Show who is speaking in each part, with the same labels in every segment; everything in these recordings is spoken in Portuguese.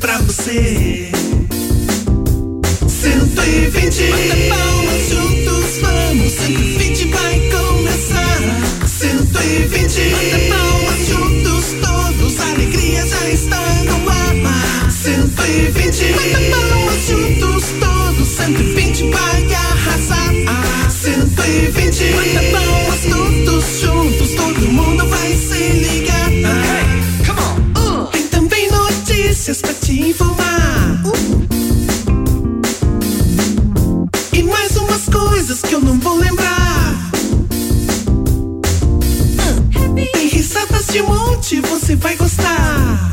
Speaker 1: Tá um você. 120. Bata palmas juntos, vamos. 120 vai começar. 120. Bata palmas juntos, todos. A alegria já está no ar. 120. Bata palmas juntos, todos. 120 vai arrasar. 120. Bata palmas todos juntos, todo mundo vai se ligar. Tem também notícias pra te informar. Uh. E mais umas coisas que eu não vou lembrar. Tem risadas de monte, você vai gostar.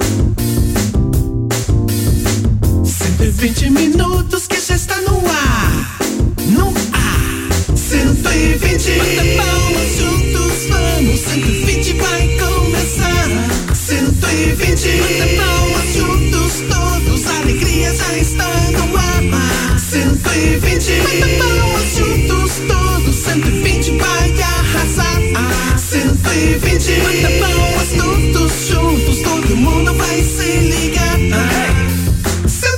Speaker 1: 120 minutos que já está no ar. No ar. 120. Bata palmas juntos, vamos. 120 vai começar. 120. Bata palmas juntos, todos. A alegria já está no ar. 120. Bata palmas juntos, todos. 120 vai arrasar. 120. Bata palmas todos juntos, todo mundo vai se ligar. 120, 120, 120, 120. 120, 120, 120, 120. 120. 120, 120, 120, 120. 120. 120,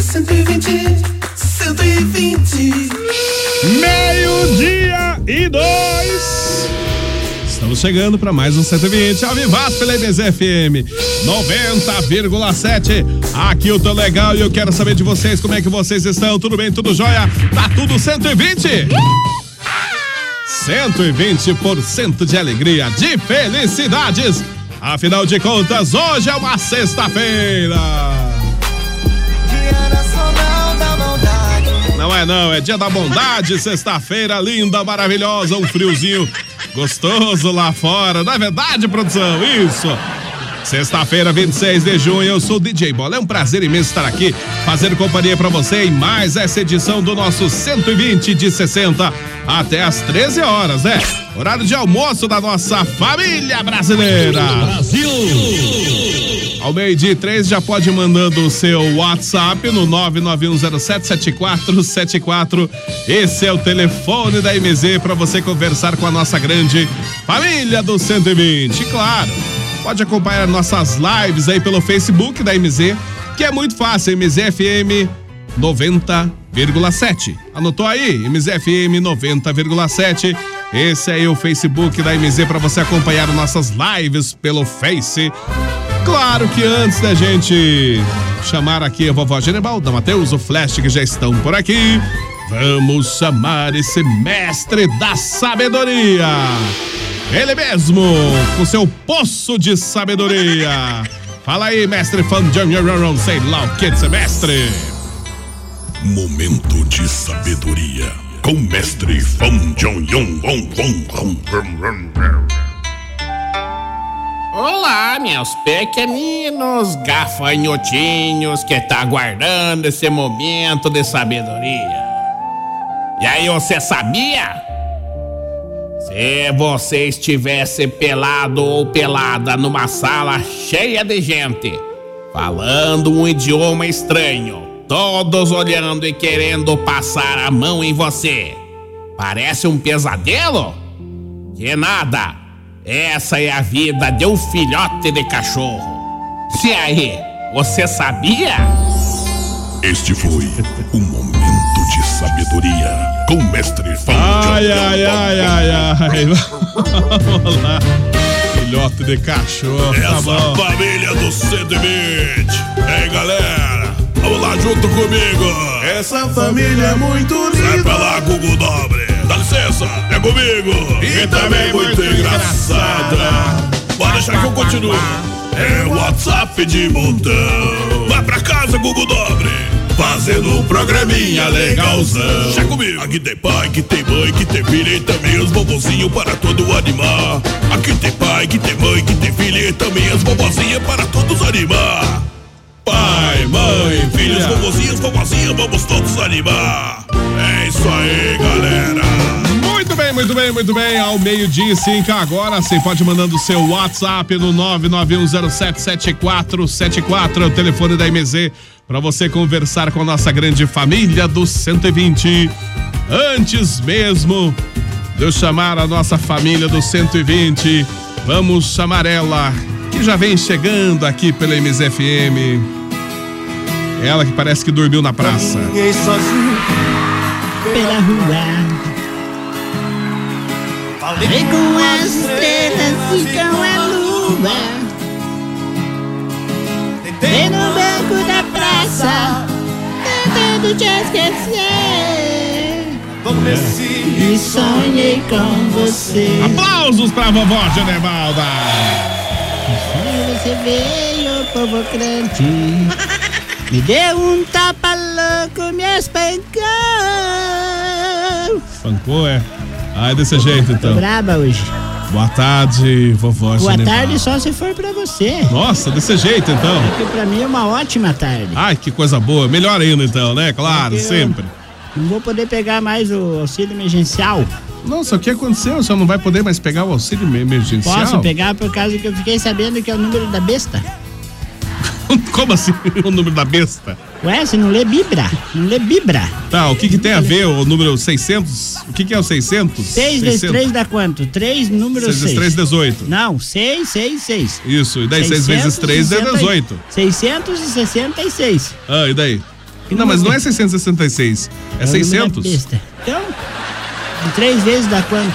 Speaker 1: 120, 120, 120. 120.
Speaker 2: Meio-dia e dois. Estamos chegando para mais um 120 ao Vivaço pela IBZ FM 90,7. Aqui o Tô Legal e eu quero saber de vocês como é que vocês estão. Tudo bem, tudo jóia? Tá tudo 120? 120% de alegria, de felicidades. Afinal de contas, hoje é uma sexta-feira.
Speaker 3: Dia Nacional é da Maldade.
Speaker 2: Não é não, é dia da bondade, sexta-feira linda, maravilhosa, um friozinho gostoso lá fora, não é verdade, produção? Isso! Sexta-feira, 26 de junho, eu sou o DJ Bola. É um prazer imenso estar aqui, fazer companhia pra você em mais essa edição do nosso 120 de 60 até às 13 horas, né? Horário de almoço da nossa família brasileira. Ao meio-dia e três, já pode ir mandando o seu WhatsApp no 991077474. Esse é o telefone da MZ para você conversar com a nossa grande família do 120. E Claro, pode acompanhar nossas lives aí pelo Facebook da MZ, que é muito fácil, MZFM 90,7. Anotou aí? MZFM 90,7. Esse aí é o Facebook da MZ para você acompanhar nossas lives pelo Face. Claro que antes da gente chamar aqui a vovó Genebalda, Matheus, o Flash que já estão por aqui, vamos chamar esse mestre da sabedoria. Ele mesmo, com seu poço de sabedoria. Fala aí, mestre Fan Junior, sei lá o que, mestre.
Speaker 4: Momento de sabedoria com o mestre Fão Jong Yong Wong Wong Wong Wong Wong Wong.
Speaker 5: Olá, meus pequeninos gafanhotinhos que tá aguardando esse momento de sabedoria. E aí, você sabia? Se você estivesse pelado ou pelada numa sala cheia de gente, falando um idioma estranho, todos olhando e querendo passar a mão em você, parece um pesadelo? Que nada! Essa é a vida de um filhote de cachorro. Se aí, você sabia?
Speaker 4: Este foi o momento de sabedoria com o mestre Fão
Speaker 2: Ai, ai, ai, ai, ai. Vamos lá. Filhote de cachorro, tá
Speaker 4: Essa
Speaker 2: bom.
Speaker 4: família do 120. Ei, galera, vamos lá junto comigo. Essa
Speaker 1: Família é muito
Speaker 4: Sai
Speaker 1: unida.
Speaker 4: pra lá, Google Dobre. Dá licença, é comigo. E, também muito engraçada. Pode deixar que eu continuo. É WhatsApp de montão. Vai pra casa, Google Dobre. Fazendo um programinha legalzão. Chega comigo. Aqui tem pai, que tem mãe, que tem filha e também os bobozinhos para todo animar. Aqui tem pai, que tem mãe, que tem filha e também as bobozinhas para todos animar. Pai, mãe, filhos, vovozinhos, vovozinhas, vamos todos animar. É isso aí, galera.
Speaker 2: Muito bem, muito Muito bem, muito bem. Ao meio-dia e cinco agora, você pode mandando o seu WhatsApp no 991077474, é o telefone da MZ, para você conversar com a nossa grande família do 120. Antes mesmo de eu chamar a nossa família do 120, vamos chamar ela, que já vem chegando aqui pela MZFM. Ela que parece que dormiu na praça.
Speaker 6: Caminhei sozinho
Speaker 7: pela rua.
Speaker 6: Falei
Speaker 7: Vem com as estrelas e com a lua. Vem
Speaker 6: Tentei
Speaker 7: no banco da praça, tentando te esquecer.
Speaker 6: adormeci
Speaker 7: E sonhei com você.
Speaker 2: Aplausos pra vovó Genevalda!
Speaker 7: Quando você veio, provocante. Me deu um tapa louco, me espancou.
Speaker 2: Pancou, é? Ai, desse jeito então.
Speaker 7: Braba hoje.
Speaker 2: Boa tarde, vovó
Speaker 7: Boa
Speaker 2: Genevalda.
Speaker 7: tarde só se for pra você.
Speaker 2: Nossa, desse jeito então.
Speaker 7: Que pra mim é uma ótima tarde.
Speaker 2: Ai, que coisa boa. Melhor ainda então, né? Claro,
Speaker 7: Eu-
Speaker 2: sempre.
Speaker 7: Não vou poder pegar mais o auxílio emergencial.
Speaker 2: Nossa, o que aconteceu? O senhor não vai poder mais pegar o auxílio emergencial?
Speaker 7: Posso pegar por causa que eu fiquei sabendo que é o número da besta.
Speaker 2: Como assim? O número da besta?
Speaker 7: Ué, você não lê Bibra? Não lê Bibra?
Speaker 2: Tá, o que que tem a ver o número 600? O que que é o 600?
Speaker 7: 6 vezes 3 dá quanto? 3, número
Speaker 2: 6 vezes 3,
Speaker 7: 6.
Speaker 2: 18.
Speaker 7: Não, 6, 6, 6.
Speaker 2: Isso, e daí 6 vezes 3 é 18.
Speaker 7: 666.
Speaker 2: Ah, e daí? Não, mas não é 666, é
Speaker 7: o número da
Speaker 2: 600.
Speaker 7: besta. Então, 3 vezes dá quanto?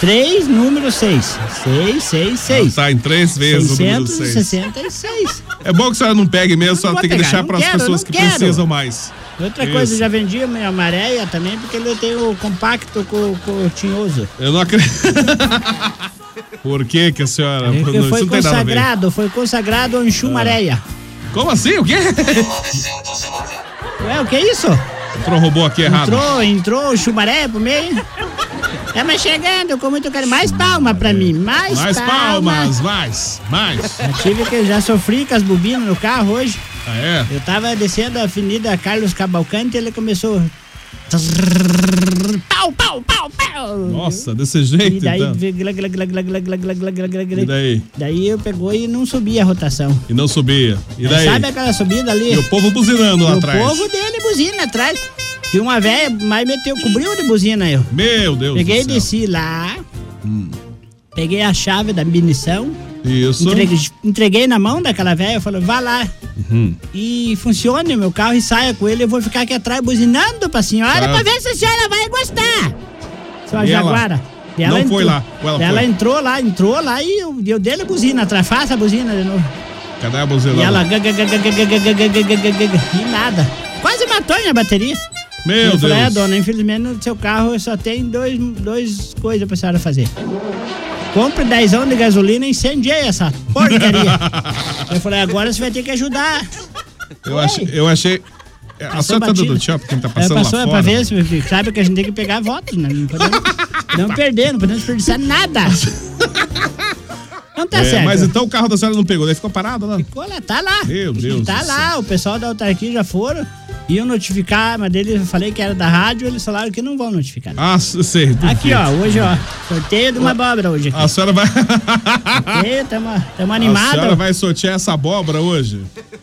Speaker 7: 3, número 6. 6, 6, 6.
Speaker 2: Tá em 3 vezes o número 6.
Speaker 7: 666.
Speaker 2: É bom que a senhora não pegue mesmo, a senhora
Speaker 7: vou
Speaker 2: tem que
Speaker 7: pegar,
Speaker 2: deixar
Speaker 7: não
Speaker 2: para as
Speaker 7: quero,
Speaker 2: pessoas
Speaker 7: não
Speaker 2: que
Speaker 7: quero.
Speaker 2: precisam mais.
Speaker 7: Outra
Speaker 2: Isso.
Speaker 7: coisa, eu já vendi a minha maréia também, porque eu tenho o compacto com com o tinhoso.
Speaker 2: Eu não acredito. Por que que a senhora...
Speaker 7: É que
Speaker 2: Isso
Speaker 7: foi
Speaker 2: não tem nada a ver. Ah.
Speaker 7: consagrado, foi consagrado ao Enxu Maréia.
Speaker 2: Como assim? O quê?
Speaker 7: Ué, o que é isso?
Speaker 2: Entrou um robô aqui errado.
Speaker 7: Entrou, entrou o chumaré pro meio. Estamos chegando com muito carinho. Mais palma pra mim, mais,
Speaker 2: Mais
Speaker 7: palma.
Speaker 2: palmas, mais, mais.
Speaker 7: Eu tive que já sofri com as bobinas no carro hoje.
Speaker 2: Ah, é?
Speaker 7: Eu tava descendo a avenida Carlos Cavalcante e ele começou. Pau, pau, pau, pau!
Speaker 2: Nossa, desse
Speaker 7: E
Speaker 2: jeito
Speaker 7: daí.
Speaker 2: então.
Speaker 7: gla, gla, gla, gla, gla, gla, gla, gla, gla, gla, gla.
Speaker 2: E daí?
Speaker 7: Daí eu pegou e não subia a rotação.
Speaker 2: E não subia. E daí?
Speaker 7: Sabe aquela subida ali?
Speaker 2: E o povo buzinando lá
Speaker 7: o
Speaker 2: atrás.
Speaker 7: povo dele buzina atrás. E uma velha, mas meteu, cobriu de buzina eu.
Speaker 2: Meu Deus
Speaker 7: Peguei e
Speaker 2: do céu. Hum.
Speaker 7: desci lá. Peguei a chave da munição.
Speaker 2: Isso.
Speaker 7: Entreguei, entreguei na mão daquela velha. Falou, vá lá.
Speaker 2: Hum.
Speaker 7: E funcione o meu carro e saia com ele. Eu vou ficar aqui atrás buzinando pra senhora
Speaker 2: Tá.
Speaker 7: pra ver se a senhora vai gostar. Sua
Speaker 2: E ela?
Speaker 7: Jaguara. E
Speaker 2: Não foi lá. Ou ela foi?
Speaker 7: entrou lá, entrou lá e eu, eu dei a buzina atrás. Faça a buzina de novo.
Speaker 2: Cadê a
Speaker 7: E
Speaker 2: buzinada?
Speaker 7: ela. gaga, gaga, gaga, gaga, gaga, gaga, gaga, E nada. Quase matou minha bateria.
Speaker 2: Meu
Speaker 7: eu
Speaker 2: Deus.
Speaker 7: falei, é, dona, infelizmente no seu carro só tem dois, dois coisas pra senhora fazer. Compre 10 de gasolina e incendiei essa porcaria. eu falei, agora você vai ter que ajudar.
Speaker 2: Eu, achei, eu achei. É, A senhora tá
Speaker 7: batida.
Speaker 2: dando tchau pra quem tá
Speaker 7: Aí
Speaker 2: passando
Speaker 7: passou
Speaker 2: lá
Speaker 7: é
Speaker 2: fora.
Speaker 7: pra ver, se- sabe que a gente tem que pegar votos, né? Não podemos, não perder, não podemos desperdiçar nada. Não tá
Speaker 2: É,
Speaker 7: certo.
Speaker 2: mas então o carro da senhora não pegou, daí ficou parado lá.
Speaker 7: Ficou lá, tá lá.
Speaker 2: Meu Deus
Speaker 7: Tá
Speaker 2: do
Speaker 7: lá, o pessoal da autarquia já foram. Iam notificar, mas deles eu falei que era da rádio, eles falaram que não vão notificar.
Speaker 2: Ah, sei.
Speaker 7: Aqui, ó, hoje, ó. Sorteio de uma abóbora hoje aqui.
Speaker 2: A senhora vai.
Speaker 7: Sorteio, tamo, tamo
Speaker 2: A senhora
Speaker 7: animado.
Speaker 2: vai sortear essa abóbora hoje?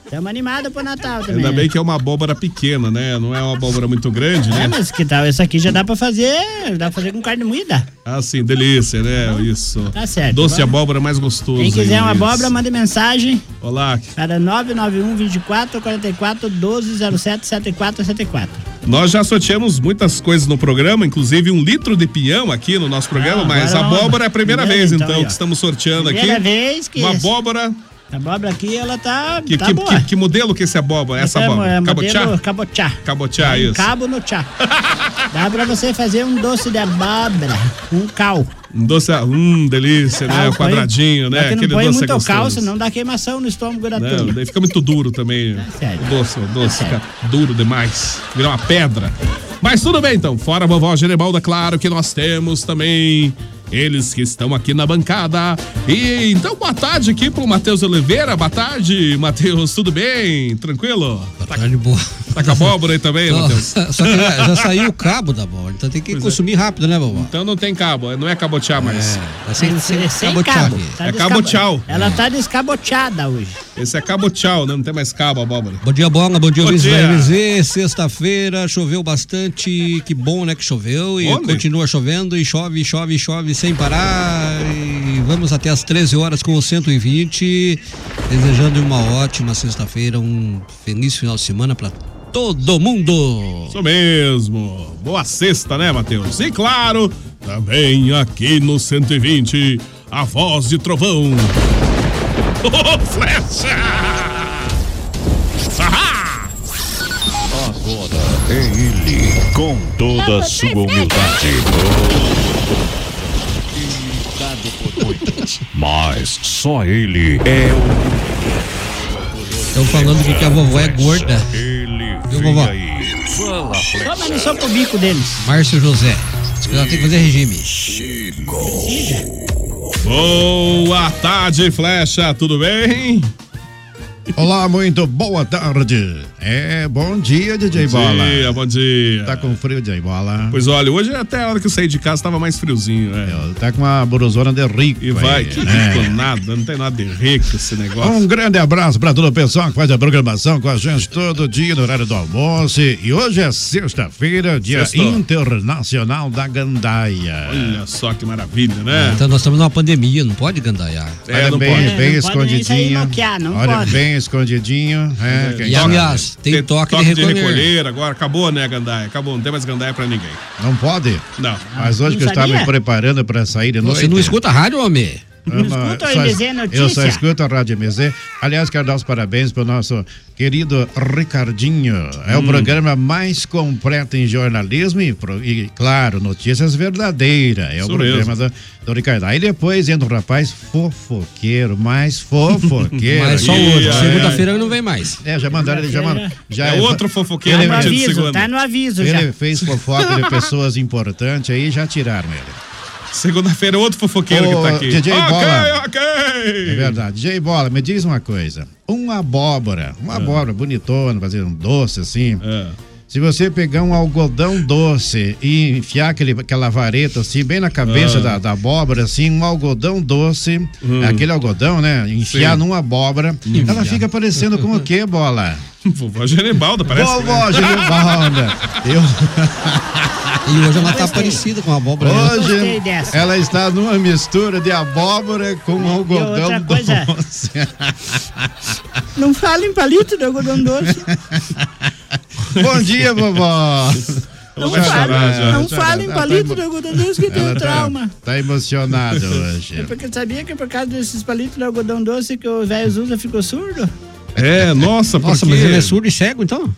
Speaker 7: Tamo animado pro Natal também.
Speaker 2: Ainda bem que é uma abóbora pequena, né? Não é uma abóbora muito grande,
Speaker 7: É,
Speaker 2: né?
Speaker 7: mas que tal? Essa aqui já dá pra fazer. Dá pra fazer com carne moída.
Speaker 2: Ah, sim, delícia, né? Isso.
Speaker 7: Tá certo.
Speaker 2: Doce de
Speaker 7: Vamos.
Speaker 2: abóbora mais gostoso.
Speaker 7: Quem quiser
Speaker 2: hein,
Speaker 7: uma
Speaker 2: isso.
Speaker 7: abóbora, mande mensagem
Speaker 2: Olá,
Speaker 7: para 991 24 44 12 07 74 74.
Speaker 2: nós já sorteamos muitas coisas no programa, inclusive um litro de pião aqui no nosso programa,
Speaker 7: Ah,
Speaker 2: mas
Speaker 7: agora
Speaker 2: abóbora
Speaker 7: vamos.
Speaker 2: é a primeira
Speaker 7: Primeiro,
Speaker 2: vez,
Speaker 7: então,
Speaker 2: então,
Speaker 7: aí, ó.
Speaker 2: que estamos sorteando
Speaker 7: Primeira
Speaker 2: aqui.
Speaker 7: vez que.
Speaker 2: Uma abóbora.
Speaker 7: A abóbora aqui, ela tá.
Speaker 2: Que,
Speaker 7: tá
Speaker 2: que,
Speaker 7: boa.
Speaker 2: que, que modelo que esse abóbora? Essa
Speaker 7: é, mo-
Speaker 2: abóbora?
Speaker 7: é modelo
Speaker 2: Cabotiá?
Speaker 7: cabochá.
Speaker 2: Cabotiá,
Speaker 7: Um
Speaker 2: isso.
Speaker 7: Cabo no chá. Dá pra você fazer um doce de abóbora, um cal.
Speaker 2: Um doce. Hum, delícia, né?
Speaker 7: Cal,
Speaker 2: O quadradinho,
Speaker 7: põe- só
Speaker 2: né?
Speaker 7: que não põe
Speaker 2: doce é
Speaker 7: muito cal, tá
Speaker 2: gostoso.
Speaker 7: senão dá queimação no estômago da
Speaker 2: Não,
Speaker 7: turma.
Speaker 2: daí fica muito duro também.
Speaker 7: sério.
Speaker 2: O doce, o doce
Speaker 7: Tá
Speaker 2: fica duro demais. Virar uma pedra. Mas tudo bem então. Fora a vovó Genebalda, claro que nós temos também eles que estão aqui na bancada. E então, boa tarde aqui pro Matheus Oliveira. Boa tarde, Matheus. Tudo bem? Tranquilo?
Speaker 8: Boa tarde, boa.
Speaker 2: Tá com abóbora aí também,
Speaker 8: Só-
Speaker 2: Matheus?
Speaker 8: só que né, já, já saiu o cabo da bola, então tem que
Speaker 2: Pois é.
Speaker 8: consumir rápido, né, vovó?
Speaker 2: Então não tem cabo, não é cabotear mais.
Speaker 8: Tá sem, sem,
Speaker 7: É sem
Speaker 8: cabo,
Speaker 7: cabo.
Speaker 8: tchau.
Speaker 7: Tá
Speaker 2: É
Speaker 7: descabo-
Speaker 2: cabo tchau.
Speaker 7: Ela tá descaboteada hoje.
Speaker 2: Esse é cabotear, né? Não tem mais cabo, abóbora.
Speaker 8: Bom dia, bola. Bom dia,
Speaker 2: Bom
Speaker 8: ouvintes
Speaker 2: dia.
Speaker 8: da MZ. Sexta-feira choveu bastante. Que bom, né? Que choveu. E
Speaker 2: Onde?
Speaker 8: continua chovendo. E chove, chove, chove sem parar. E vamos até às 13 horas com o 120. Desejando uma ótima sexta-feira. Um feliz final de semana para todo mundo.
Speaker 2: Isso mesmo. Boa sexta, né, Matheus? E claro, também aqui no 120, a voz de trovão. Ô, flecha! Ahá!
Speaker 9: é Com toda a sua humildade. Mas só ele é o.
Speaker 8: Estão falando que a vovó é gorda.
Speaker 9: Ele
Speaker 8: Viu, vovó?
Speaker 9: aí.
Speaker 7: Toma ele só pro bico deles.
Speaker 8: Márcio José. Diz que ela tem que fazer regime.
Speaker 2: Boa tarde, flecha, tudo bem?
Speaker 10: Olá, muito boa tarde. É, bom dia, DJ Bola.
Speaker 2: Bom dia, bom dia.
Speaker 10: Tá com frio, DJ Bola?
Speaker 2: Pois olha, hoje até a hora que eu saí de casa tava mais friozinho, né?
Speaker 10: Tá com uma borozona de rico.
Speaker 2: E vai,
Speaker 10: aí,
Speaker 2: que
Speaker 10: né?
Speaker 2: rico nada, não tem nada de rico esse negócio.
Speaker 10: Um grande abraço para todo o pessoal que faz a programação com a gente todo dia no horário do almoço. E hoje é sexta-feira, dia
Speaker 2: Sextou.
Speaker 10: internacional da gandaia.
Speaker 2: Olha só que maravilha, né?
Speaker 8: Então nós estamos numa pandemia, não pode gandaiar.
Speaker 2: É,
Speaker 10: Olha
Speaker 2: não
Speaker 10: bem,
Speaker 2: pode.
Speaker 7: É,
Speaker 10: bem
Speaker 7: não pode nem sair
Speaker 10: escondidinho.
Speaker 7: maquiar, não
Speaker 10: Olha
Speaker 7: pode.
Speaker 10: bem escondidinho. É, quem
Speaker 8: E
Speaker 10: sabe?
Speaker 8: aliás, tem, toque, de recolher.
Speaker 2: agora. Acabou, né, Gandaia? Acabou, não tem mais Gandaia pra ninguém.
Speaker 10: Não pode.
Speaker 2: Não.
Speaker 10: Mas hoje
Speaker 7: não
Speaker 10: que eu estava
Speaker 7: sabia?
Speaker 10: me preparando para sair de noite.
Speaker 8: Você não escuta a rádio, homem?
Speaker 7: Não escuta o
Speaker 10: Só-
Speaker 7: MZ Notícia?
Speaker 10: Eu só escuto a Rádio MZ. Aliás, quero dar os parabéns para o nosso querido Ricardinho. É
Speaker 8: Hum.
Speaker 10: o programa mais completo em jornalismo e, pro- e, claro, notícias verdadeiras. É
Speaker 2: Isso
Speaker 10: o programa do, do Ricardo. Aí depois entra um rapaz fofoqueiro, mais fofoqueiro.
Speaker 8: Mas só
Speaker 2: Ih,
Speaker 8: hoje.
Speaker 2: ai,
Speaker 8: Segunda-feira não vem mais.
Speaker 10: É, já mandaram ele. Já, mandaram- já
Speaker 2: É outro fofoqueiro
Speaker 7: Tá
Speaker 10: Ele-
Speaker 7: no
Speaker 2: Ele-
Speaker 7: aviso,
Speaker 2: Segunda.
Speaker 7: tá no aviso já.
Speaker 10: Ele é fez fofoca de pessoas importantes aí já tiraram ele.
Speaker 2: Segunda-feira é outro fofoqueiro
Speaker 10: Ô,
Speaker 2: que tá aqui.
Speaker 10: DJ
Speaker 2: ok,
Speaker 10: Bola.
Speaker 2: ok.
Speaker 10: É verdade. Jay Bola, me diz uma coisa. Uma abóbora, uma abóbora bonitona, fazer um doce assim.
Speaker 2: É.
Speaker 10: Se você pegar um algodão doce e enfiar aquele, aquela vareta assim, bem na cabeça
Speaker 2: Ah.
Speaker 10: da, da abóbora, assim, um algodão doce, aquele algodão, né? Enfiar
Speaker 2: Hum. Sim. Hum.
Speaker 10: numa abóbora, ela fica parecendo com o quê, bola?
Speaker 2: Vovó Genebalda, parece. né?
Speaker 10: Vovó Genibalda! Eu,
Speaker 8: E hoje ela tá parecida com a abóbora. né?
Speaker 10: hoje,
Speaker 7: gostei dessa.
Speaker 10: ela está numa mistura de abóbora com algodão
Speaker 7: outra coisa-
Speaker 10: doce.
Speaker 7: Não fala em palito do algodão doce.
Speaker 10: Bom dia, vovó!
Speaker 2: Eu
Speaker 7: Não
Speaker 2: vou chorar já.
Speaker 7: fala, não
Speaker 10: já, já.
Speaker 7: fala em
Speaker 10: Ela
Speaker 7: Um palito
Speaker 10: tá-
Speaker 7: do algodão doce que tem
Speaker 10: Ela
Speaker 7: trauma. É
Speaker 10: Tá, tá emocionada hoje.
Speaker 7: Porque sabia que por causa desses palitos de algodão doce que os velhos usam ficou surdo?
Speaker 2: É, nossa,
Speaker 8: Nossa,
Speaker 2: porque...
Speaker 8: mas ele é surdo e cego, então?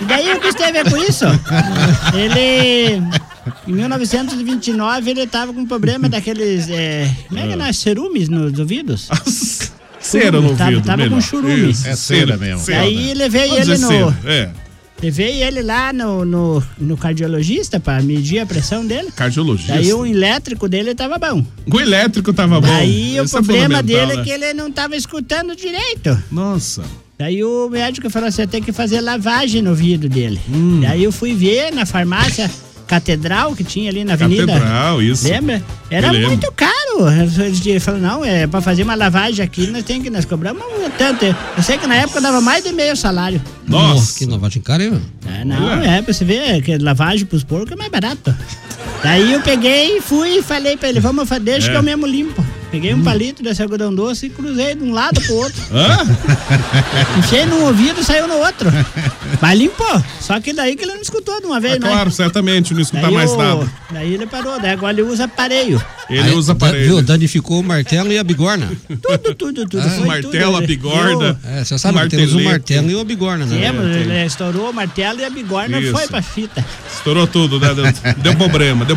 Speaker 7: E daí o que isso tem a ver com isso? Ele. Em 1929 ele tava com um problema daqueles. É, como é
Speaker 10: Ah.
Speaker 7: que é? né? Cerumes nos ouvidos?
Speaker 2: Cera no
Speaker 7: Tava-
Speaker 2: ouvido,
Speaker 7: tava com um
Speaker 2: melhor.
Speaker 7: churume.
Speaker 2: Isso,
Speaker 10: É cera mesmo.
Speaker 2: cera.
Speaker 7: Aí levei
Speaker 2: Vamos
Speaker 7: ele
Speaker 2: dizer
Speaker 7: no.
Speaker 2: cera, É,
Speaker 7: Levei ele lá no, no, no cardiologista pra medir a pressão dele.
Speaker 2: cardiologista.
Speaker 7: Daí o elétrico dele tava bom.
Speaker 2: O elétrico tava bom.
Speaker 7: Daí o
Speaker 2: Esse é
Speaker 7: problema
Speaker 2: fundamental,
Speaker 7: dele é
Speaker 2: né?
Speaker 7: que ele não tava escutando direito.
Speaker 2: Nossa.
Speaker 7: Daí o médico falou assim, tem que fazer lavagem no ouvido dele.
Speaker 2: Hum.
Speaker 7: Daí eu fui ver na farmácia Catedral que tinha ali na avenida.
Speaker 2: Catedral, isso.
Speaker 7: Lembra? Era
Speaker 2: Eu lembro.
Speaker 7: muito caro. Ele falou, não, é pra fazer uma lavagem aqui, nós tem que nós cobramos um tanto. Eu sei que na época dava mais de meio salário.
Speaker 2: Nossa.
Speaker 8: Que lavagem cara, hein?
Speaker 7: Ah, não,
Speaker 2: Olha.
Speaker 7: é pra você ver que lavagem pros porcos é mais barato. Daí eu peguei e fui e falei pra ele, vamos, fa- deixa
Speaker 2: É. Hum.
Speaker 7: que eu mesmo limpo. Peguei um palito desse algodão doce e cruzei de um lado pro outro.
Speaker 2: Hã?
Speaker 7: Enchei num ouvido, saiu no outro. Mas limpou. Só que daí que ele não escutou de uma vez,
Speaker 2: É claro,
Speaker 7: né?
Speaker 2: certamente, não escutar
Speaker 7: Daí
Speaker 2: mais
Speaker 7: o-
Speaker 2: nada.
Speaker 7: Daí ele parou, daí agora ele usa aparelho.
Speaker 2: Ele
Speaker 8: Aí,
Speaker 2: usa
Speaker 8: da- Viu,
Speaker 2: aparelho. Ah,
Speaker 8: danificou o martelo e a bigorna.
Speaker 7: Tudo, tudo, tudo. foi
Speaker 2: martelo,
Speaker 7: tudo.
Speaker 2: a bigorna.
Speaker 8: É, você sabe que temos o
Speaker 2: Martelete.
Speaker 8: martelo e a bigorna,
Speaker 7: Eu-
Speaker 8: né?
Speaker 7: Temos,
Speaker 2: É, tem.
Speaker 7: ele estourou o martelo e a bigorna
Speaker 2: Isso.
Speaker 7: foi pra fita.
Speaker 2: Estourou tudo, né? Deu, deu problema, deu,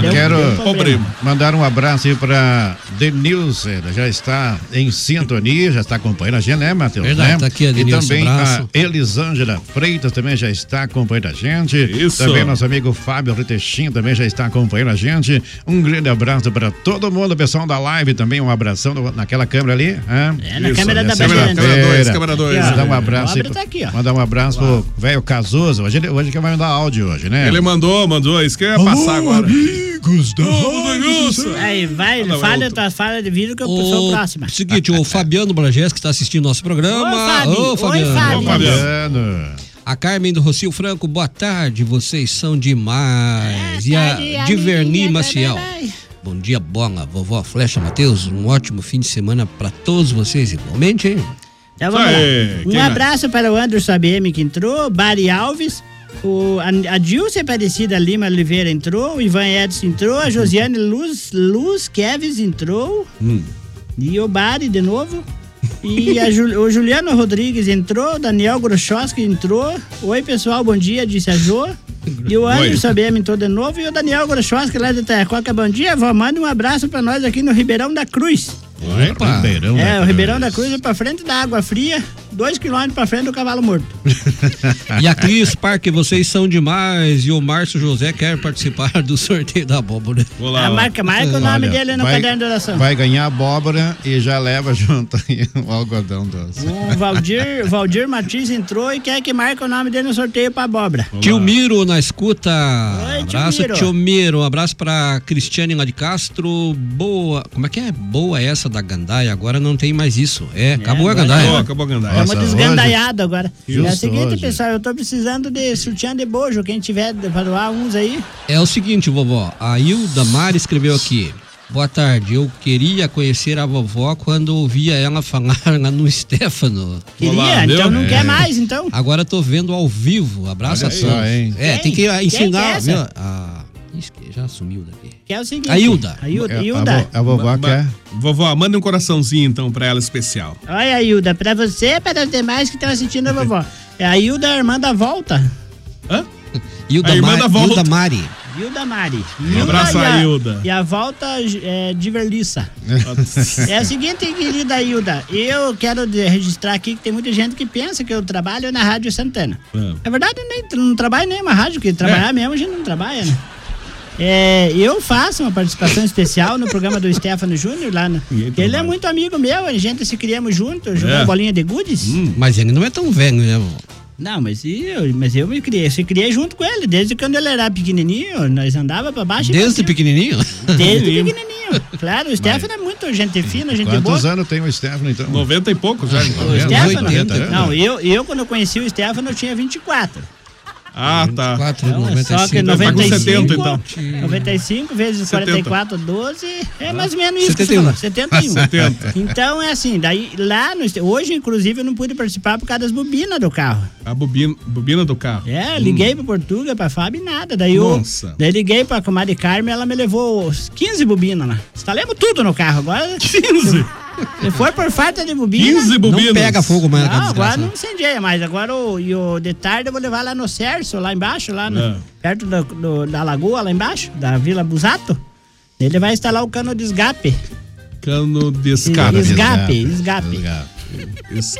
Speaker 7: problema, deu-
Speaker 10: Quero-
Speaker 7: deu problema.
Speaker 2: problema.
Speaker 10: Mandar um abraço aí pra Denilson, ela já está em sintonia, já está acompanhando a gente, né, Matheus?
Speaker 8: Verdade,
Speaker 10: né?
Speaker 8: tá aqui a
Speaker 10: E
Speaker 8: Denilson,
Speaker 10: também
Speaker 8: abraço.
Speaker 10: a Elisângela Freitas também já está acompanhando a gente.
Speaker 2: Isso.
Speaker 10: Também nosso amigo Fábio Ritechinho também já está acompanhando a gente. Um grande abraço abraço para todo mundo, pessoal da live também, um abração no- naquela câmera ali. hã?
Speaker 7: É, na câmera da Bandeirantes.
Speaker 10: nessa câmera
Speaker 7: Câmera dois,
Speaker 10: feira.
Speaker 7: câmera dois.
Speaker 10: Mandar um
Speaker 7: Aqui, ó.
Speaker 10: abraço. aí
Speaker 7: Pobre tá aqui, ó.
Speaker 10: Mandar um abraço pro velho Cazuza. Hoje, ele- hoje que vai mandar áudio hoje, né?
Speaker 2: Ele mandou, mandou. Isso que eu ia passar agora.
Speaker 10: amigos
Speaker 8: Então
Speaker 10: da
Speaker 7: Aí, vai,
Speaker 8: Fala,
Speaker 7: fala
Speaker 8: Elton.
Speaker 7: tua fala de vídeo que eu sou
Speaker 8: O
Speaker 7: próxima.
Speaker 8: seguinte, o Fabiano Brages, que está assistindo nosso programa.
Speaker 7: Fábio. Oi, Fábio. Ô,
Speaker 10: Fabiano.
Speaker 8: A Carmen do Rocio Franco, boa tarde, vocês são demais. e a Diverni Maciel. Bom dia, bola, vovó Flecha Matheus. Um ótimo fim de semana para todos vocês, igualmente, hein?
Speaker 7: Então vamos lá.
Speaker 8: Aê, quem
Speaker 7: Um
Speaker 8: mais?
Speaker 7: abraço para o Anderson ABM que entrou, Bari Alves, o, a, a Dilce Aparecida Lima Oliveira entrou, o Ivan Edson entrou, a Josiane Luz, Luz Keves entrou, e o Bari de novo. E a Ju- o Juliano Rodrigues entrou, Daniel Groschowski entrou. Oi, pessoal, bom dia, disse a Jô. E o Anderson ABM entrou de novo. E o Daniel Groschowski lá de Taiacoca, bom dia, vó. Manda um abraço pra nós aqui no Ribeirão da Cruz.
Speaker 10: Opa. Ribeirão,
Speaker 7: é,
Speaker 10: né?
Speaker 7: o Ribeirão da Cruz é pra frente da Água Fria, dois quilômetros pra frente do Cavalo Morto.
Speaker 8: E a Cris Parque, vocês são demais. E o Márcio José quer participar do sorteio da abóbora.
Speaker 7: lá, A ó. marca- marca o nome dele no caderno de oração.
Speaker 10: Vai ganhar abóbora e já leva junto aí o algodão doce.
Speaker 7: O Valdir, Valdir Matiz entrou e quer que marque o nome dele no sorteio pra abóbora.
Speaker 8: Tio Miro na escuta.
Speaker 7: Oi, tio
Speaker 8: abraço,
Speaker 7: Miro.
Speaker 8: tio Miro. Um abraço pra Cristiane lá de Castro. Boa. Como é que é? Boa essa da Gandaia. Agora não tem mais isso. É, acabou a
Speaker 7: agora-
Speaker 8: Gandaia.
Speaker 2: Acabou, acabou a Gandaia.
Speaker 7: É uma desgandaiada agora. é o
Speaker 8: Tá Justo
Speaker 7: seguinte,
Speaker 8: hoje.
Speaker 7: pessoal, eu tô precisando de sutiã de bojo. Quem tiver para doar uns aí.
Speaker 8: É o seguinte, vovó. A Hilda Mara escreveu aqui. Boa tarde. Eu queria conhecer a vovó quando ouvia ela falar lá no Stefano. É.
Speaker 7: Queria? então não quer mais, então.
Speaker 8: Agora tô vendo ao vivo. Abraço
Speaker 7: Olha
Speaker 8: a
Speaker 7: aí,
Speaker 8: todos.
Speaker 7: ó, hein?
Speaker 8: É, tem que
Speaker 7: Quem? Quem que é
Speaker 8: ensinar.
Speaker 7: essa?
Speaker 8: viu? Ah, isso que já sumiu daqui.
Speaker 7: Que é o seguinte.
Speaker 8: A Hilda.
Speaker 7: A Hilda.
Speaker 8: É, a
Speaker 7: Hilda.
Speaker 8: vo- a vovó
Speaker 2: Ma- ma-
Speaker 8: quer.
Speaker 2: Vovó, manda um coraçãozinho então pra ela especial.
Speaker 7: Olha a Hilda, pra você e para os demais que estão assistindo a vovó. É a Hilda, a irmã da volta.
Speaker 8: Hilda,
Speaker 7: A irmã
Speaker 8: Ma-
Speaker 7: da volta.
Speaker 8: Hilda Mari.
Speaker 7: Hilda Mari.
Speaker 8: Um abraço
Speaker 7: e
Speaker 8: à Hilda.
Speaker 7: E a volta é, de Verliça. É o seguinte, querida Hilda, eu quero de- registrar aqui que tem muita gente que pensa que eu trabalho na Rádio Santana. Na É verdade, eu nem, não trabalho em nenhuma rádio, porque trabalhar mesmo a gente não trabalha, né? É, eu faço uma participação especial no programa do Stefano Júnior lá. No, ele é muito amigo meu, a gente se criamos junto, jogamos
Speaker 8: É.
Speaker 7: bolinha de goodies.
Speaker 8: Mas ele não é tão velho, né, vovó?
Speaker 7: Não, mas e eu, mas eu me criei, eu se criei junto com ele, desde quando ele era pequenininho, nós andava pra baixo e pra
Speaker 8: Desde
Speaker 7: cima.
Speaker 8: pequenininho?
Speaker 7: Desde pequenininho. Claro, o Stefano é muito gente fina, gente boa.
Speaker 10: Quantos anos É, tem o Stefano, então?
Speaker 2: 90 e pouco já. então.
Speaker 7: O Stefano? não, eu, eu quando eu conheci o Stefano eu tinha 24.
Speaker 2: Ah, tá.
Speaker 7: Então, é só que
Speaker 2: 95.
Speaker 7: 95,
Speaker 2: 70, então.
Speaker 7: 95 vezes 44, 12,
Speaker 2: Ah.
Speaker 7: é mais ou menos isso.
Speaker 2: 71.
Speaker 7: Que você falou,
Speaker 2: Ah,
Speaker 7: 71.
Speaker 2: 70.
Speaker 7: Então é assim, daí lá no, hoje inclusive eu não pude participar por causa das bobinas do carro.
Speaker 2: A bobina, bobina do carro.
Speaker 7: É, liguei pra Portuga, pra Fábio e nada. Daí eu,
Speaker 2: Nossa.
Speaker 7: daí liguei pra comadre Carmen, ela me levou os 15 bobinas lá. Instalemos tudo no carro agora. 15? Se for por falta de bobina.
Speaker 8: 15 bobinas. Não pega fogo mais naquela
Speaker 7: Não, agora
Speaker 8: desgraça,
Speaker 7: não
Speaker 8: né?
Speaker 7: incendeia mais. Agora o, e o de tarde eu vou levar lá no Cerso, lá embaixo, lá no-
Speaker 8: É.
Speaker 7: perto do- do- da lagoa, lá embaixo, da Vila Busato. Ele vai instalar o cano de escape.
Speaker 2: Cano de escape. é.
Speaker 7: Escape, escape.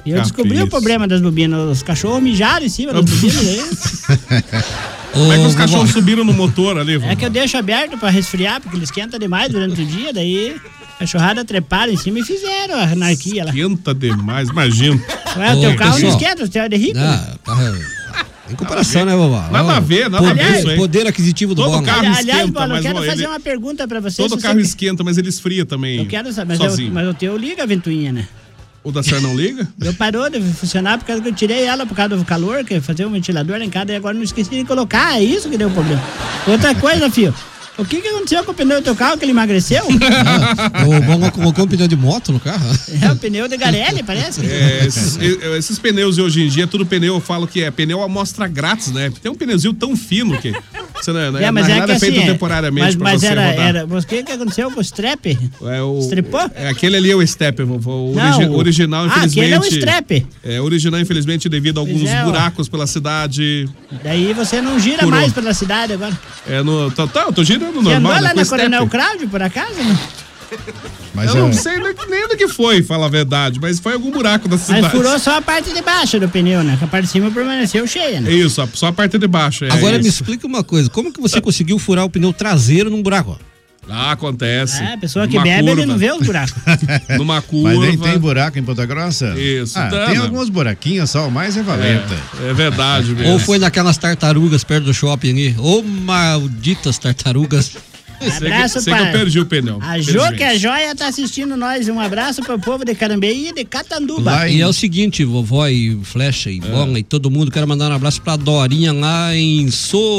Speaker 7: E eu descobri o problema das bobinas. Os cachorros mijaram em cima das bobinas. né? aí.
Speaker 2: Como é que os
Speaker 7: Ô,
Speaker 2: cachorros
Speaker 7: vovó.
Speaker 2: subiram no motor ali, vovó?
Speaker 7: É que eu deixo aberto pra resfriar, porque ele esquenta demais durante o dia, daí a cachorrada treparam em cima e fizeram a anarquia lá.
Speaker 2: Esquenta demais, imagina.
Speaker 7: Ué, o teu
Speaker 2: Ô,
Speaker 7: carro não
Speaker 2: pessoal.
Speaker 7: esquenta, o teu é de rico. né?
Speaker 8: Ah, carro. Em comparação, né, vovó?
Speaker 2: Nada a ver, nada a ver
Speaker 8: poder,
Speaker 2: isso aí.
Speaker 8: Poder aquisitivo do
Speaker 2: Todo
Speaker 8: Bola.
Speaker 2: carro
Speaker 7: Aliás,
Speaker 2: esquenta,
Speaker 7: Bola, eu
Speaker 2: mas
Speaker 7: quero
Speaker 2: ó,
Speaker 7: fazer
Speaker 2: ele-
Speaker 7: uma pergunta pra você.
Speaker 2: Todo
Speaker 7: se
Speaker 2: carro
Speaker 7: você...
Speaker 2: esquenta, mas ele esfria também.
Speaker 7: Eu quero saber, mas, eu,
Speaker 2: sozinho.
Speaker 7: mas o teu liga a ventoinha, né?
Speaker 2: O da senhora não liga?
Speaker 7: Eu parou de funcionar por causa que eu tirei ela por causa do calor, que eu fazia um ventilador lá em casa e agora não esqueci de colocar, é isso que deu o problema. Outra coisa, filho, o que, que aconteceu com o pneu do teu carro que ele emagreceu?
Speaker 8: O Bola colocou um pneu de moto no carro.
Speaker 7: É o pneu de Garelli, parece.
Speaker 2: É, esses, e- esses pneus de hoje em dia, tudo pneu, eu falo que é pneu amostra grátis, né? Tem um pneuzinho tão fino que. Você não,
Speaker 7: É, mas
Speaker 2: na
Speaker 7: é
Speaker 2: verdade,
Speaker 7: que assim,
Speaker 2: feito
Speaker 7: é,
Speaker 2: temporariamente
Speaker 7: mas,
Speaker 2: pra
Speaker 7: mas
Speaker 2: você
Speaker 7: era,
Speaker 2: rodar.
Speaker 7: era, mas o que que aconteceu com o strap?
Speaker 2: É o,
Speaker 7: Stripou?
Speaker 2: É, aquele ali é o step, vovô. O
Speaker 7: Não,
Speaker 2: origi-
Speaker 7: o-
Speaker 2: original,
Speaker 7: Ah, aquele
Speaker 2: infelizmente.
Speaker 7: é o strap.
Speaker 2: É, original, infelizmente, devido a
Speaker 7: Pois
Speaker 2: alguns
Speaker 7: é, ó.
Speaker 2: buracos pela cidade.
Speaker 7: Daí você não gira
Speaker 2: Furou.
Speaker 7: mais pela cidade agora.
Speaker 2: É no. Tá, tá, eu tô girando
Speaker 7: Você andou
Speaker 2: normal. né,
Speaker 7: lá
Speaker 2: com
Speaker 7: na
Speaker 2: step.
Speaker 7: Coronel Cláudio, por acaso? né? Não?
Speaker 2: eu
Speaker 8: é um
Speaker 2: não sei nem, nem do que foi, fala a verdade, mas foi algum buraco da cidade.
Speaker 7: Mas furou só a parte de baixo do pneu, né? Que a parte de cima permaneceu cheia, né?
Speaker 2: É isso, só a parte de baixo. é
Speaker 8: Agora
Speaker 2: isso.
Speaker 8: me explica uma coisa. Como que você conseguiu furar o pneu traseiro num buraco?
Speaker 2: Ah, acontece.
Speaker 7: É, a pessoa que bebe, ele não vê os buracos.
Speaker 2: Numa curva.
Speaker 10: Mas nem tem buraco em Ponta Grossa?
Speaker 2: Isso,
Speaker 10: Ah,
Speaker 2: tá,
Speaker 10: tem
Speaker 2: né?
Speaker 10: alguns buraquinhos só, mas é valenta.
Speaker 2: É, é verdade mesmo.
Speaker 8: Ou foi naquelas tartarugas perto do shopping ali. Ô, malditas tartarugas.
Speaker 2: sei que,
Speaker 7: Abraço
Speaker 2: sei que
Speaker 7: pra-
Speaker 2: eu perdi o pneu.
Speaker 7: A Jo, que é
Speaker 2: infelizmente.
Speaker 7: joia, tá assistindo nós. Um abraço pro povo de Carambeí e de Catanduba.
Speaker 10: Lá em-
Speaker 8: E é o seguinte, vovó e flecha e bola e todo mundo, quero mandar um abraço pra Dorinha lá em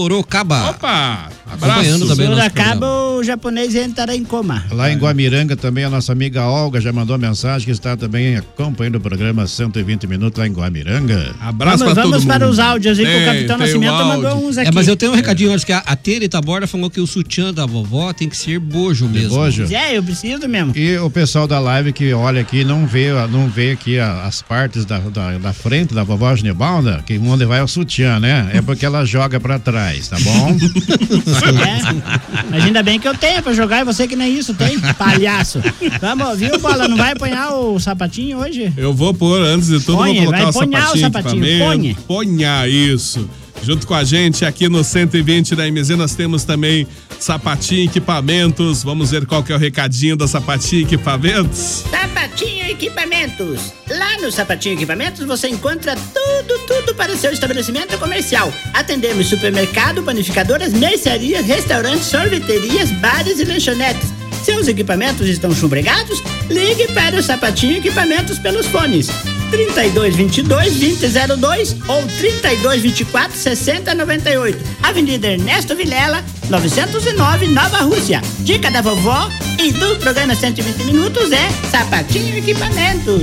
Speaker 8: Sorocaba.
Speaker 2: Opa!
Speaker 8: Acompanhando
Speaker 2: Abraço.
Speaker 8: também.
Speaker 7: Quando
Speaker 8: nosso
Speaker 7: acaba,
Speaker 8: programa.
Speaker 7: o japonês entrará em coma.
Speaker 10: Lá em Guamiranga também a nossa amiga Olga já mandou mensagem que está também acompanhando o programa 120 Minutos lá em Guamiranga.
Speaker 2: Abraço
Speaker 7: vamos
Speaker 2: pra todo
Speaker 7: vamos
Speaker 2: mundo.
Speaker 7: para os áudios aí, que
Speaker 2: Tem-
Speaker 7: o Capitão
Speaker 2: tem o
Speaker 7: Nascimento
Speaker 2: áudio.
Speaker 7: mandou uns aqui.
Speaker 8: É, mas eu tenho um recadinho antes, que a, a Tere Taborda falou que o sutiã da vovó tem que ser bojo mesmo.
Speaker 10: Bojo.
Speaker 7: É, eu preciso mesmo.
Speaker 10: E o pessoal da live que olha aqui não vê, não vê aqui a- as partes da, da, da frente da vovó Ginebalda, que onde vai é o sutiã, né? É porque ela joga pra trás, tá bom?
Speaker 7: É. Mas ainda bem que eu tenho pra jogar e você que nem isso tem, palhaço. Vamos, viu, Bola? Não vai apanhar o sapatinho hoje?
Speaker 2: Eu vou pôr, antes de tudo,
Speaker 7: Ponha,
Speaker 2: vou colocar
Speaker 7: vai
Speaker 2: o
Speaker 7: ponhar o
Speaker 2: sapatinho,
Speaker 7: sapatinho,
Speaker 2: equipamento. Ponha isso. Junto com a gente aqui no 120 da MZ, nós temos também sapatinho equipamentos. Vamos ver qual que é o recadinho da sapatinho equipamentos.
Speaker 11: Sapatinho Equipamentos. Lá no Sapatinho Equipamentos você encontra tudo, tudo para o seu estabelecimento comercial. Atendemos supermercado, panificadoras, mercearias, restaurantes, sorveterias, bares e lanchonetes. Seus equipamentos estão chumbregados? Ligue para o Sapatinho Equipamentos pelos fones 3222 2002 ou 3224 6098. Avenida Ernesto Vilela, 909, Nova Rússia. Dica da vovó e do programa 120 Minutos é Sapatinho Equipamentos.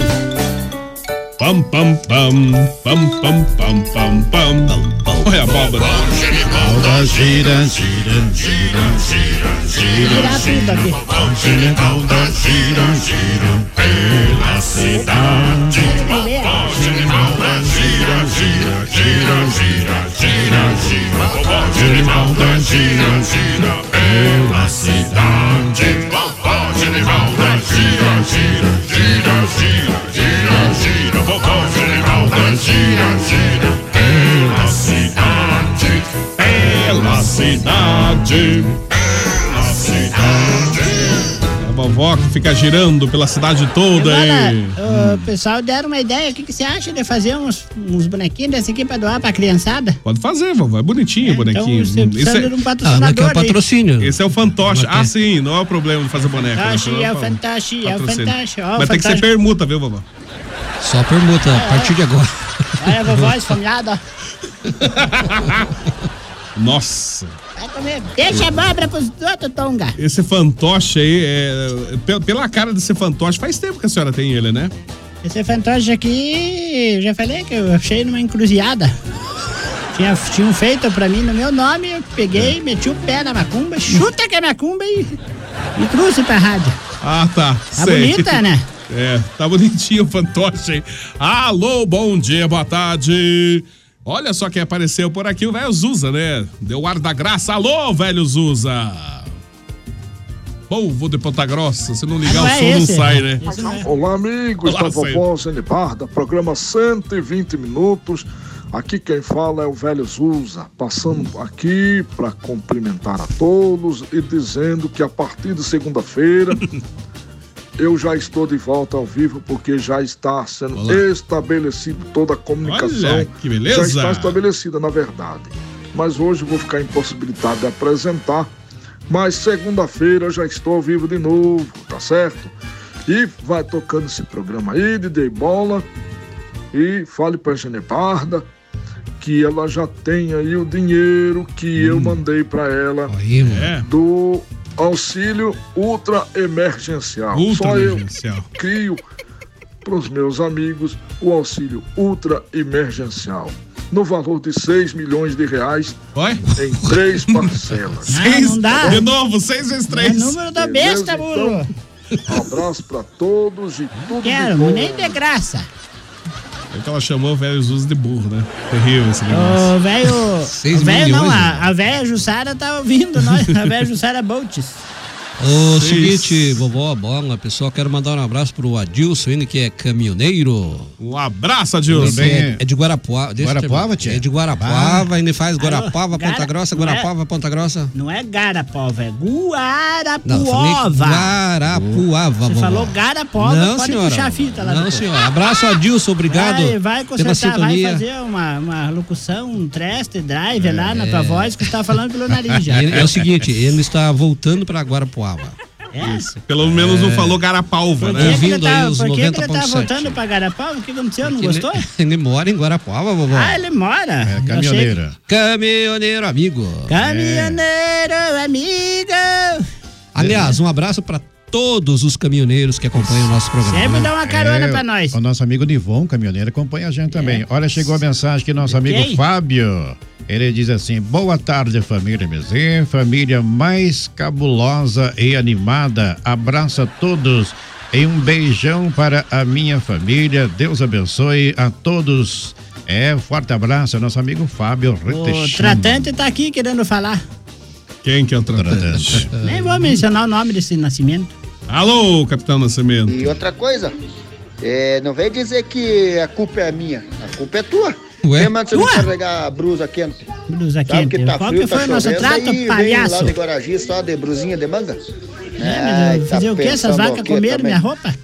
Speaker 2: Pam, pam, pam. Pam, pam, pam, pam, pam. Olha a abóbora.
Speaker 10: Ginebalda gira, gira, gira, gira,
Speaker 7: Tirar tudo aqui.
Speaker 10: Ginebalda gira, gira pela cidade. Ginebalda gira, gira, gira, gira, gira, gira. Ginebalda gira, gira pela cidade. Ginebalda gira, gira, gira, gira, gira, gira. Ginebalda gira, gira pela cidade. Pela cidade. Pela cidade.
Speaker 2: A vovó que fica girando pela cidade toda aí.
Speaker 7: Bola, o pessoal deram uma ideia. O que, que você acha de fazer uns, uns bonequinhos desse aqui pra doar pra criançada?
Speaker 2: Pode fazer, vovó. É bonitinho o bonequinho.
Speaker 7: Então, você
Speaker 2: Isso
Speaker 7: precisa
Speaker 2: é-
Speaker 7: de um
Speaker 8: Ah, não é que
Speaker 7: patrocinador
Speaker 8: é um
Speaker 7: aí.
Speaker 8: patrocínio.
Speaker 2: Esse é o fantoche. Ah, sim, não é o problema de fazer boneco. né?
Speaker 7: Fantoche, é o
Speaker 2: Fala-
Speaker 7: fantoche, é o
Speaker 2: patrocínio.
Speaker 7: fantoche, ó, o
Speaker 2: Mas tem que ser
Speaker 7: fantoche. É.
Speaker 2: permuta, viu, vovó?
Speaker 8: Só permuta, a partir de agora.
Speaker 7: Olha a vovó esfomeada, ó.
Speaker 2: Nossa.
Speaker 7: Vai comer. Deixa a abóbora pros outros, Tonga.
Speaker 2: Esse fantoche aí, é, pe- pela cara desse fantoche, faz tempo que a senhora tem ele, né?
Speaker 7: Esse fantoche aqui, eu já falei que eu achei numa encruzilhada. Tinha, tinham feito pra mim no meu nome, eu
Speaker 8: É.
Speaker 7: peguei, meti o pé na macumba, chuta que é macumba e, e trouxe pra rádio.
Speaker 2: Ah, tá.
Speaker 7: Tá bonita, né?
Speaker 2: É, tá bonitinho o fantoche aí. Alô, bom dia, boa tarde. Olha só quem apareceu por aqui, o velho Zuza, né? Deu ar da graça. Alô, velho Zuza. Povo de Ponta Grossa, se não ligar
Speaker 7: Ah, não
Speaker 2: o
Speaker 7: é
Speaker 2: som, não
Speaker 7: esse.
Speaker 2: sai, né?
Speaker 7: Esse não é.
Speaker 12: Olá, amigos
Speaker 2: Olá,
Speaker 12: da Vovó Zenibarda, programa 120 minutos. Aqui quem fala é o velho Zusa, passando aqui para cumprimentar a todos e dizendo que a partir de segunda-feira eu já estou de volta ao vivo porque já está sendo
Speaker 2: Olá.
Speaker 12: estabelecido toda a comunicação.
Speaker 2: Olha, que beleza.
Speaker 12: Já está estabelecida, na verdade. Mas hoje eu vou ficar impossibilitado de apresentar. Mas segunda-feira eu já estou ao vivo de novo, tá certo? E vai tocando esse programa aí, DJ Bola. E fale pra Geneparda que ela já tem aí o dinheiro que
Speaker 2: Hum.
Speaker 12: eu mandei pra ela
Speaker 8: Aí, mano.
Speaker 2: É,
Speaker 12: do auxílio ultra emergencial.
Speaker 2: ultra
Speaker 12: Só eu
Speaker 2: emergencial.
Speaker 12: crio para os meus amigos o auxílio ultra emergencial no valor de 6 milhões de reais
Speaker 2: Oi?
Speaker 12: em três parcelas.
Speaker 7: Ah, não dá.
Speaker 2: De novo, seis vezes
Speaker 7: É
Speaker 2: três.
Speaker 7: número da besta, burro.
Speaker 12: Um abraço para todos e tudo de
Speaker 7: Quero,
Speaker 12: bom.
Speaker 7: nem de graça.
Speaker 2: É que ela chamou o velho Zuza de burro, né? Terrível esse negócio.
Speaker 7: O velho. O
Speaker 8: Seis um.
Speaker 7: velho não,
Speaker 8: milhões,
Speaker 7: a, a velha Jussara tá ouvindo nós. A velha Jussara Boltes.
Speaker 8: O
Speaker 2: Seis.
Speaker 8: seguinte, vovó Bola, pessoal, quero mandar um abraço pro Adilson, ele que é caminhoneiro.
Speaker 2: Um abraço, Adilson.
Speaker 8: Ele É, é de Guarapuava. deixa eu
Speaker 10: Guarapuava,
Speaker 8: terminar.
Speaker 10: tia?
Speaker 8: É de Guarapuava, ele faz Guarapuava,
Speaker 7: Gara-
Speaker 8: Ponta Grossa,
Speaker 7: não é-
Speaker 8: Guarapuava, Ponta Grossa.
Speaker 7: Não é Garapova, é
Speaker 8: Não, eu falei
Speaker 7: Guarapuova.
Speaker 8: Guarapuava,
Speaker 7: Você
Speaker 8: vovó.
Speaker 7: falou Garapova,
Speaker 8: Não,
Speaker 7: pode
Speaker 8: senhora.
Speaker 7: puxar a fita lá
Speaker 8: Não,
Speaker 7: depois.
Speaker 8: senhora. Abraço, Adilson, obrigado
Speaker 7: Vai, vai
Speaker 8: pela
Speaker 7: consertar, vai
Speaker 8: sintonia.
Speaker 7: fazer uma, uma locução, um test drive lá na tua voz que tu tá falando pelo nariz já.
Speaker 8: Ele- é o seguinte, ele está voltando pra Guarapuava.
Speaker 7: É
Speaker 8: É.
Speaker 7: Isso.
Speaker 2: É, Pelo menos não falou garapalva,
Speaker 7: Por que,
Speaker 2: né?
Speaker 7: que ele
Speaker 8: Ouvindo aí
Speaker 7: tá,
Speaker 8: os
Speaker 7: por que que ele tá
Speaker 8: 90.7.
Speaker 7: voltando pra Garapava? O que aconteceu? Não gostou?
Speaker 8: Ele, É, ele mora em Guarapuava, vovó.
Speaker 7: Ah, ele
Speaker 2: É,
Speaker 7: mora. Eu achei que-
Speaker 10: Caminhoneira.
Speaker 8: Caminhoneiro amigo.
Speaker 7: Caminhoneiro, amigo.
Speaker 8: Aliás, um abraço pra todos os caminhoneiros que acompanham o nosso programa.
Speaker 7: Sempre
Speaker 8: né?
Speaker 7: dá uma carona
Speaker 10: É,
Speaker 7: pra nós. É.
Speaker 10: O nosso amigo Nivon, caminhoneiro, acompanha a gente também. Olha, chegou a mensagem que nosso amigo
Speaker 7: Quem?
Speaker 10: Fábio. Ele diz assim: boa tarde, família MZ, família mais cabulosa e animada. Abraço a todos e um beijão para a minha família. Deus abençoe a todos. É, forte abraço, ao nosso amigo Fábio
Speaker 7: O
Speaker 10: Retechão.
Speaker 7: tratante tá aqui querendo falar.
Speaker 2: Quem que é o tratante?
Speaker 7: Nem
Speaker 8: É.
Speaker 7: vou mencionar o nome desse nascimento.
Speaker 2: Alô, Capitão Nascimento.
Speaker 13: E outra coisa, é, não vem dizer que a culpa é minha, a culpa é tua.
Speaker 8: Ué?
Speaker 13: Quem manda você não
Speaker 7: Ué?
Speaker 13: carregar a brusa quente?
Speaker 7: Brusa
Speaker 13: Sabe que
Speaker 7: quente.
Speaker 13: tá
Speaker 7: Qual
Speaker 13: frio,
Speaker 7: que foi
Speaker 13: tá
Speaker 7: o nosso
Speaker 13: chovendo,
Speaker 7: trato,
Speaker 13: aí vem lá
Speaker 7: palhaço?
Speaker 13: de Guaragi só de brusinha de manga?
Speaker 7: É,
Speaker 13: Ai,
Speaker 7: meu Deus,
Speaker 13: tá
Speaker 7: fazer o que essas
Speaker 13: pensando
Speaker 7: vacas
Speaker 13: o quê
Speaker 7: comeram
Speaker 13: também?
Speaker 7: minha roupa?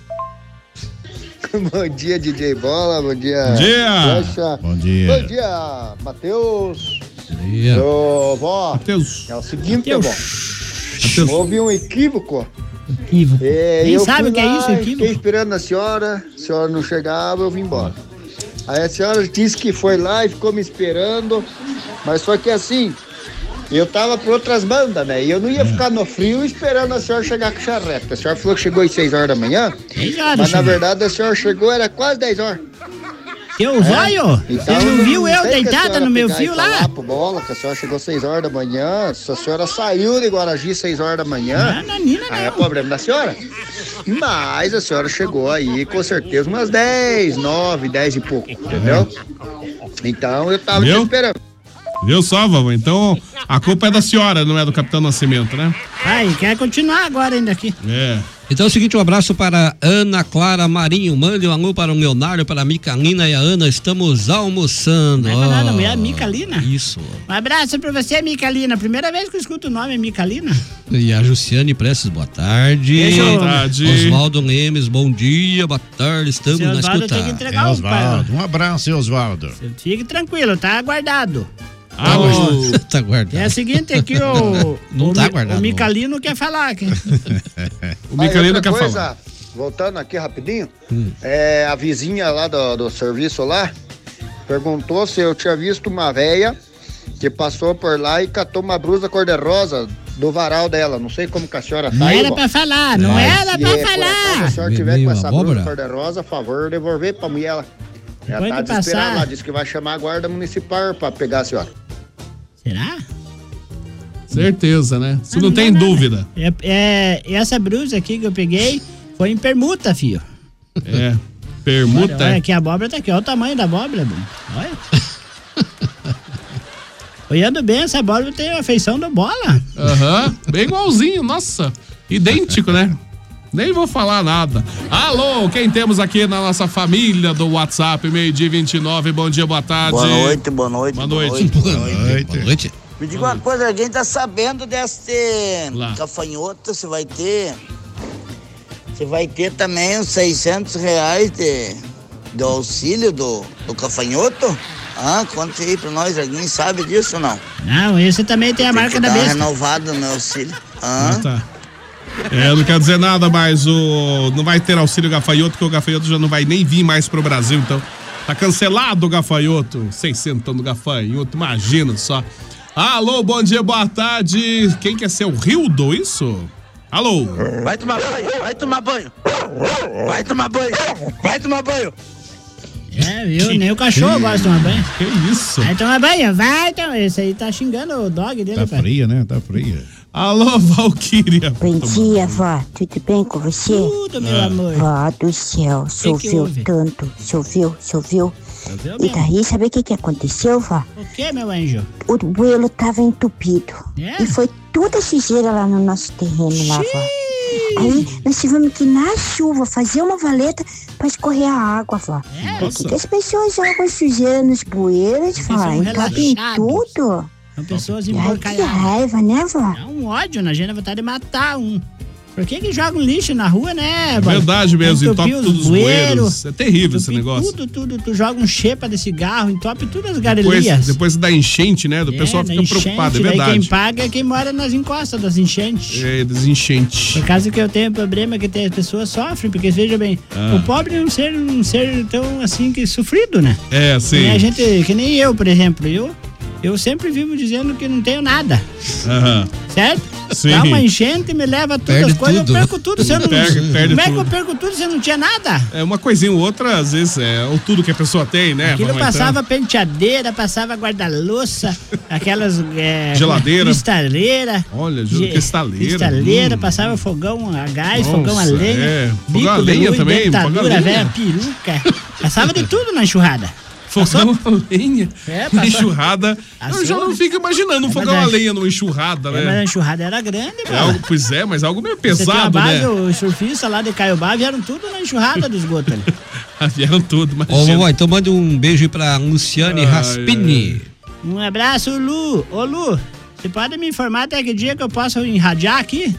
Speaker 13: bom dia, DJ Bola, bom dia.
Speaker 2: Bom dia.
Speaker 13: Rocha.
Speaker 10: Bom dia.
Speaker 13: Bom dia, Matheus.
Speaker 8: Aí, ó.
Speaker 13: Ô, vó,
Speaker 2: Deus.
Speaker 13: é o seguinte,
Speaker 7: Mateus.
Speaker 13: vó. Houve um equívoco.
Speaker 7: Equívoco.
Speaker 13: É,
Speaker 7: Nem
Speaker 13: eu
Speaker 7: sabe
Speaker 13: fui
Speaker 7: o que é
Speaker 13: lá
Speaker 7: isso,
Speaker 13: e
Speaker 7: equívoco.
Speaker 13: Fiquei esperando a senhora, a senhora não chegava, eu vim embora. Aí a senhora disse que foi lá e ficou me esperando, mas só que assim, eu tava para outras bandas, né? E eu não
Speaker 7: Hum.
Speaker 13: ia ficar no frio esperando a senhora chegar com charreta. A senhora falou que chegou às 6 horas da manhã,
Speaker 7: Seis horas,
Speaker 13: mas na
Speaker 7: senhor.
Speaker 13: verdade a senhora chegou, era quase 10 horas.
Speaker 7: Teu um zóio? Você
Speaker 13: Então,
Speaker 7: não viu eu
Speaker 13: tem que a
Speaker 7: deitada
Speaker 13: senhora
Speaker 7: no meu
Speaker 13: pegar e
Speaker 7: fio
Speaker 13: falar
Speaker 7: lá?
Speaker 13: pro bola que a senhora chegou 6 horas da manhã, se a senhora saiu de Guaragi 6 horas da manhã.
Speaker 7: Não, não, Nina,
Speaker 13: Aí é
Speaker 7: não.
Speaker 13: problema da senhora. Mas a senhora chegou aí com certeza umas 10, 9, 10 e pouco, entendeu?
Speaker 7: É.
Speaker 13: Então eu tava
Speaker 2: Viu?
Speaker 13: te esperando.
Speaker 2: Viu só, vovó? Então a culpa é da senhora, não é do Capitão Nascimento, né?
Speaker 7: Aí, quer continuar agora ainda aqui.
Speaker 2: É.
Speaker 8: Então é o seguinte, um abraço para Ana Clara Marinho. Mande um alô para o Leonardo, para a Micalina e a Ana. Estamos almoçando.
Speaker 7: Não é pra nada,
Speaker 8: Ó,
Speaker 7: não é
Speaker 2: Ah,
Speaker 7: a Micalina?
Speaker 8: Isso.
Speaker 7: Um abraço pra você, Micalina. Primeira vez que eu escuto o nome, é Micalina.
Speaker 8: E a Luciane Prestes, boa tarde.
Speaker 7: Deixa eu-
Speaker 2: Boa tarde.
Speaker 8: Oswaldo Lemes, bom dia, boa tarde. Estamos
Speaker 7: Seu
Speaker 8: na
Speaker 7: Osvaldo tem que
Speaker 8: escuta.
Speaker 10: É,
Speaker 7: entregar os pais.
Speaker 10: Osvaldo. Um abraço, Osvaldo.
Speaker 7: Fique tranquilo, tá guardado.
Speaker 2: Ah, Alô.
Speaker 8: tá guardado.
Speaker 7: É o seguinte, é que o,
Speaker 8: Não
Speaker 7: o,
Speaker 8: tá
Speaker 7: Mi-
Speaker 8: guardado.
Speaker 7: o Micalino quer falar. aqui.
Speaker 2: O Micalino quer falar.
Speaker 13: voltando aqui rapidinho,
Speaker 7: Hum.
Speaker 13: é, a vizinha lá do, do serviço lá perguntou se eu tinha visto uma véia que passou por lá e catou uma blusa cor-de-rosa do varal dela. Não sei como que a senhora tá
Speaker 7: Não
Speaker 13: aí,
Speaker 7: era
Speaker 13: vó.
Speaker 7: pra falar, não era
Speaker 13: Se
Speaker 7: pra
Speaker 13: é, por acaso a
Speaker 7: falar.
Speaker 13: senhora tiver
Speaker 8: Meio
Speaker 13: com essa
Speaker 8: abóbora?
Speaker 13: blusa cor-de-rosa, a favor, devolver pra mulher. Ela
Speaker 7: Pode
Speaker 13: tá desesperada
Speaker 7: passar.
Speaker 13: lá, disse que vai chamar a guarda municipal pra pegar a senhora.
Speaker 7: Será? Ah,
Speaker 2: Certeza, né? Isso não
Speaker 7: não
Speaker 2: tem
Speaker 7: dá nada.
Speaker 2: dúvida.
Speaker 7: É, é- essa brusa aqui que eu peguei foi em permuta, filho.
Speaker 2: É.
Speaker 7: Olha,
Speaker 2: Permuta.
Speaker 7: olha
Speaker 2: é.
Speaker 7: aqui, a abóbora tá aqui. Olha o tamanho da abóbora, Bruno. Olha. Olhando bem, essa abóbora tem a feição do bola.
Speaker 2: Aham. Bem igualzinho, nossa. Idêntico, né? Nem vou falar nada. Alô, quem temos aqui na nossa família do WhatsApp, meio-dia e 29, bom dia, boa tarde.
Speaker 14: Boa noite, boa noite.
Speaker 2: Boa noite.
Speaker 8: Boa noite. Boa noite.
Speaker 14: Me diga uma coisa, alguém tá sabendo desse
Speaker 2: Lá.
Speaker 14: gafanhoto? Você vai ter. Você vai ter também os 600 reais de, do auxílio do, do gafanhoto? Ah, conta aí pra nós, alguém sabe disso ou não?
Speaker 7: Não, esse também tem a
Speaker 14: Tem
Speaker 7: marca
Speaker 14: que
Speaker 7: da
Speaker 14: dar uma
Speaker 7: besta.
Speaker 14: renovada no meu auxílio.
Speaker 2: Ah,
Speaker 14: Ah,
Speaker 2: tá. É, eu não quero dizer nada, mas o não vai ter auxílio gafanhoto, porque o gafanhoto já não vai nem vir mais pro Brasil, então tá cancelado o gafanhoto. 600 do gafanhoto, imagina só. Alô, bom dia, boa tarde. Quem quer ser o Rildo, isso? Alô?
Speaker 14: Vai tomar banho, vai tomar banho. Vai tomar banho, vai tomar banho.
Speaker 7: É, viu? Nem o cachorro gosta de tomar banho.
Speaker 2: Que isso?
Speaker 7: Vai tomar banho, vai tomar. Esse aí tá xingando o dog dele,
Speaker 10: Tá
Speaker 7: rapaz.
Speaker 10: fria, né? Tá fria.
Speaker 2: Alô, Valkyria.
Speaker 15: Bom dia, vó. Tudo bem com você?
Speaker 7: Tudo, meu
Speaker 10: Ah.
Speaker 7: amor.
Speaker 15: Vó do céu,
Speaker 7: que
Speaker 15: choveu
Speaker 7: houve?
Speaker 15: tanto, choveu, choveu.
Speaker 7: Choveu
Speaker 15: E
Speaker 7: mesmo.
Speaker 15: daí, sabe o que, que aconteceu, vó?
Speaker 7: O que, meu anjo?
Speaker 15: O buelo tava entupido.
Speaker 7: É?
Speaker 15: E foi toda a sujeira lá no nosso terreno, lá, vó. Aí nós tivemos que, na chuva, fazer uma valeta pra escorrer a água, vó.
Speaker 7: É,
Speaker 15: Porque que as pessoas jogam sujeira nos bueiros, vó,
Speaker 7: são
Speaker 15: entopem
Speaker 7: relaxados.
Speaker 15: tudo.
Speaker 2: tá
Speaker 7: São pessoas
Speaker 15: Ai, que
Speaker 7: emporcalhadas.
Speaker 15: raiva, né, vó?
Speaker 7: É um ódio, na gente dá vontade de matar um. Por que que jogam lixo na rua, né? vó?
Speaker 2: Verdade mesmo, entope
Speaker 7: Entupir os
Speaker 2: todos os bueiros. É terrível esse negócio.
Speaker 7: Tudo, tudo. Tu joga um xepa de cigarro, entope todas as
Speaker 2: Depois,
Speaker 7: galerias.
Speaker 2: depois da enchente, né? Do pessoal
Speaker 7: na
Speaker 2: fica
Speaker 7: enchente,
Speaker 2: preocupado, é
Speaker 7: daí Quem
Speaker 2: verdade.
Speaker 7: paga é quem mora nas encostas das enchentes.
Speaker 2: É, desenchente.
Speaker 7: Por causa que eu tenho problema que tem- as pessoas sofrem, porque veja bem,
Speaker 2: Ah.
Speaker 7: o pobre é um ser, um ser tão assim que sofrido, né?
Speaker 2: É,
Speaker 7: Que nem
Speaker 2: sim.
Speaker 7: a gente, que nem eu, por exemplo, eu, eu sempre vivo dizendo que não tenho nada,
Speaker 2: Aham.
Speaker 7: certo?
Speaker 2: Sim.
Speaker 7: Dá uma enchente, me leva todas
Speaker 2: Perde
Speaker 7: as coisas,
Speaker 2: tudo. né?
Speaker 7: eu perco tudo. Se eu não,
Speaker 2: Perde- perde
Speaker 7: como é que eu
Speaker 2: tudo.
Speaker 7: perco tudo se eu não tinha nada?
Speaker 2: É uma coisinha ou outra, às vezes, é ou tudo que a pessoa tem, né?
Speaker 7: Aquilo
Speaker 2: Vamos
Speaker 7: passava penteadeira, passava guarda-louça, aquelas. É,
Speaker 2: Geladeira.
Speaker 7: Cristaleira.
Speaker 2: Olha, gel-
Speaker 7: ge-
Speaker 2: cristaleira, hum.
Speaker 7: cristaleira, passava fogão a gás,
Speaker 2: Nossa,
Speaker 7: fogão a lenha.
Speaker 2: é.
Speaker 7: bico
Speaker 2: Fogão a
Speaker 7: de
Speaker 2: lenha
Speaker 7: luz,
Speaker 2: também,
Speaker 7: dentadura,
Speaker 2: fogão a lenha.
Speaker 7: velha, peruca. Passava de tudo na enxurrada.
Speaker 2: Fogão a lenha?
Speaker 7: É, Tá
Speaker 2: entrar.
Speaker 7: passava.
Speaker 2: Enxurrada. Eu
Speaker 7: Passou.
Speaker 2: já não fico imaginando um
Speaker 7: É
Speaker 2: fogão a
Speaker 7: verdade.
Speaker 2: lenha numa enxurrada,
Speaker 7: É, mas a
Speaker 2: né?
Speaker 7: enxurrada era grande,
Speaker 2: É algo, pois é, mas algo meio
Speaker 7: Você tinha a
Speaker 2: pesado,
Speaker 7: base,
Speaker 2: né?
Speaker 7: Os surfistas lá de Caiobá vieram tudo na enxurrada do esgoto ali.
Speaker 2: Vieram tudo, mas.
Speaker 8: Ó, vovó, então manda um beijo pra Luciane
Speaker 7: Ai,
Speaker 8: Raspini.
Speaker 7: Um abraço, Lu. Ô, Lu, você pode me informar até que dia que eu posso enradiar aqui?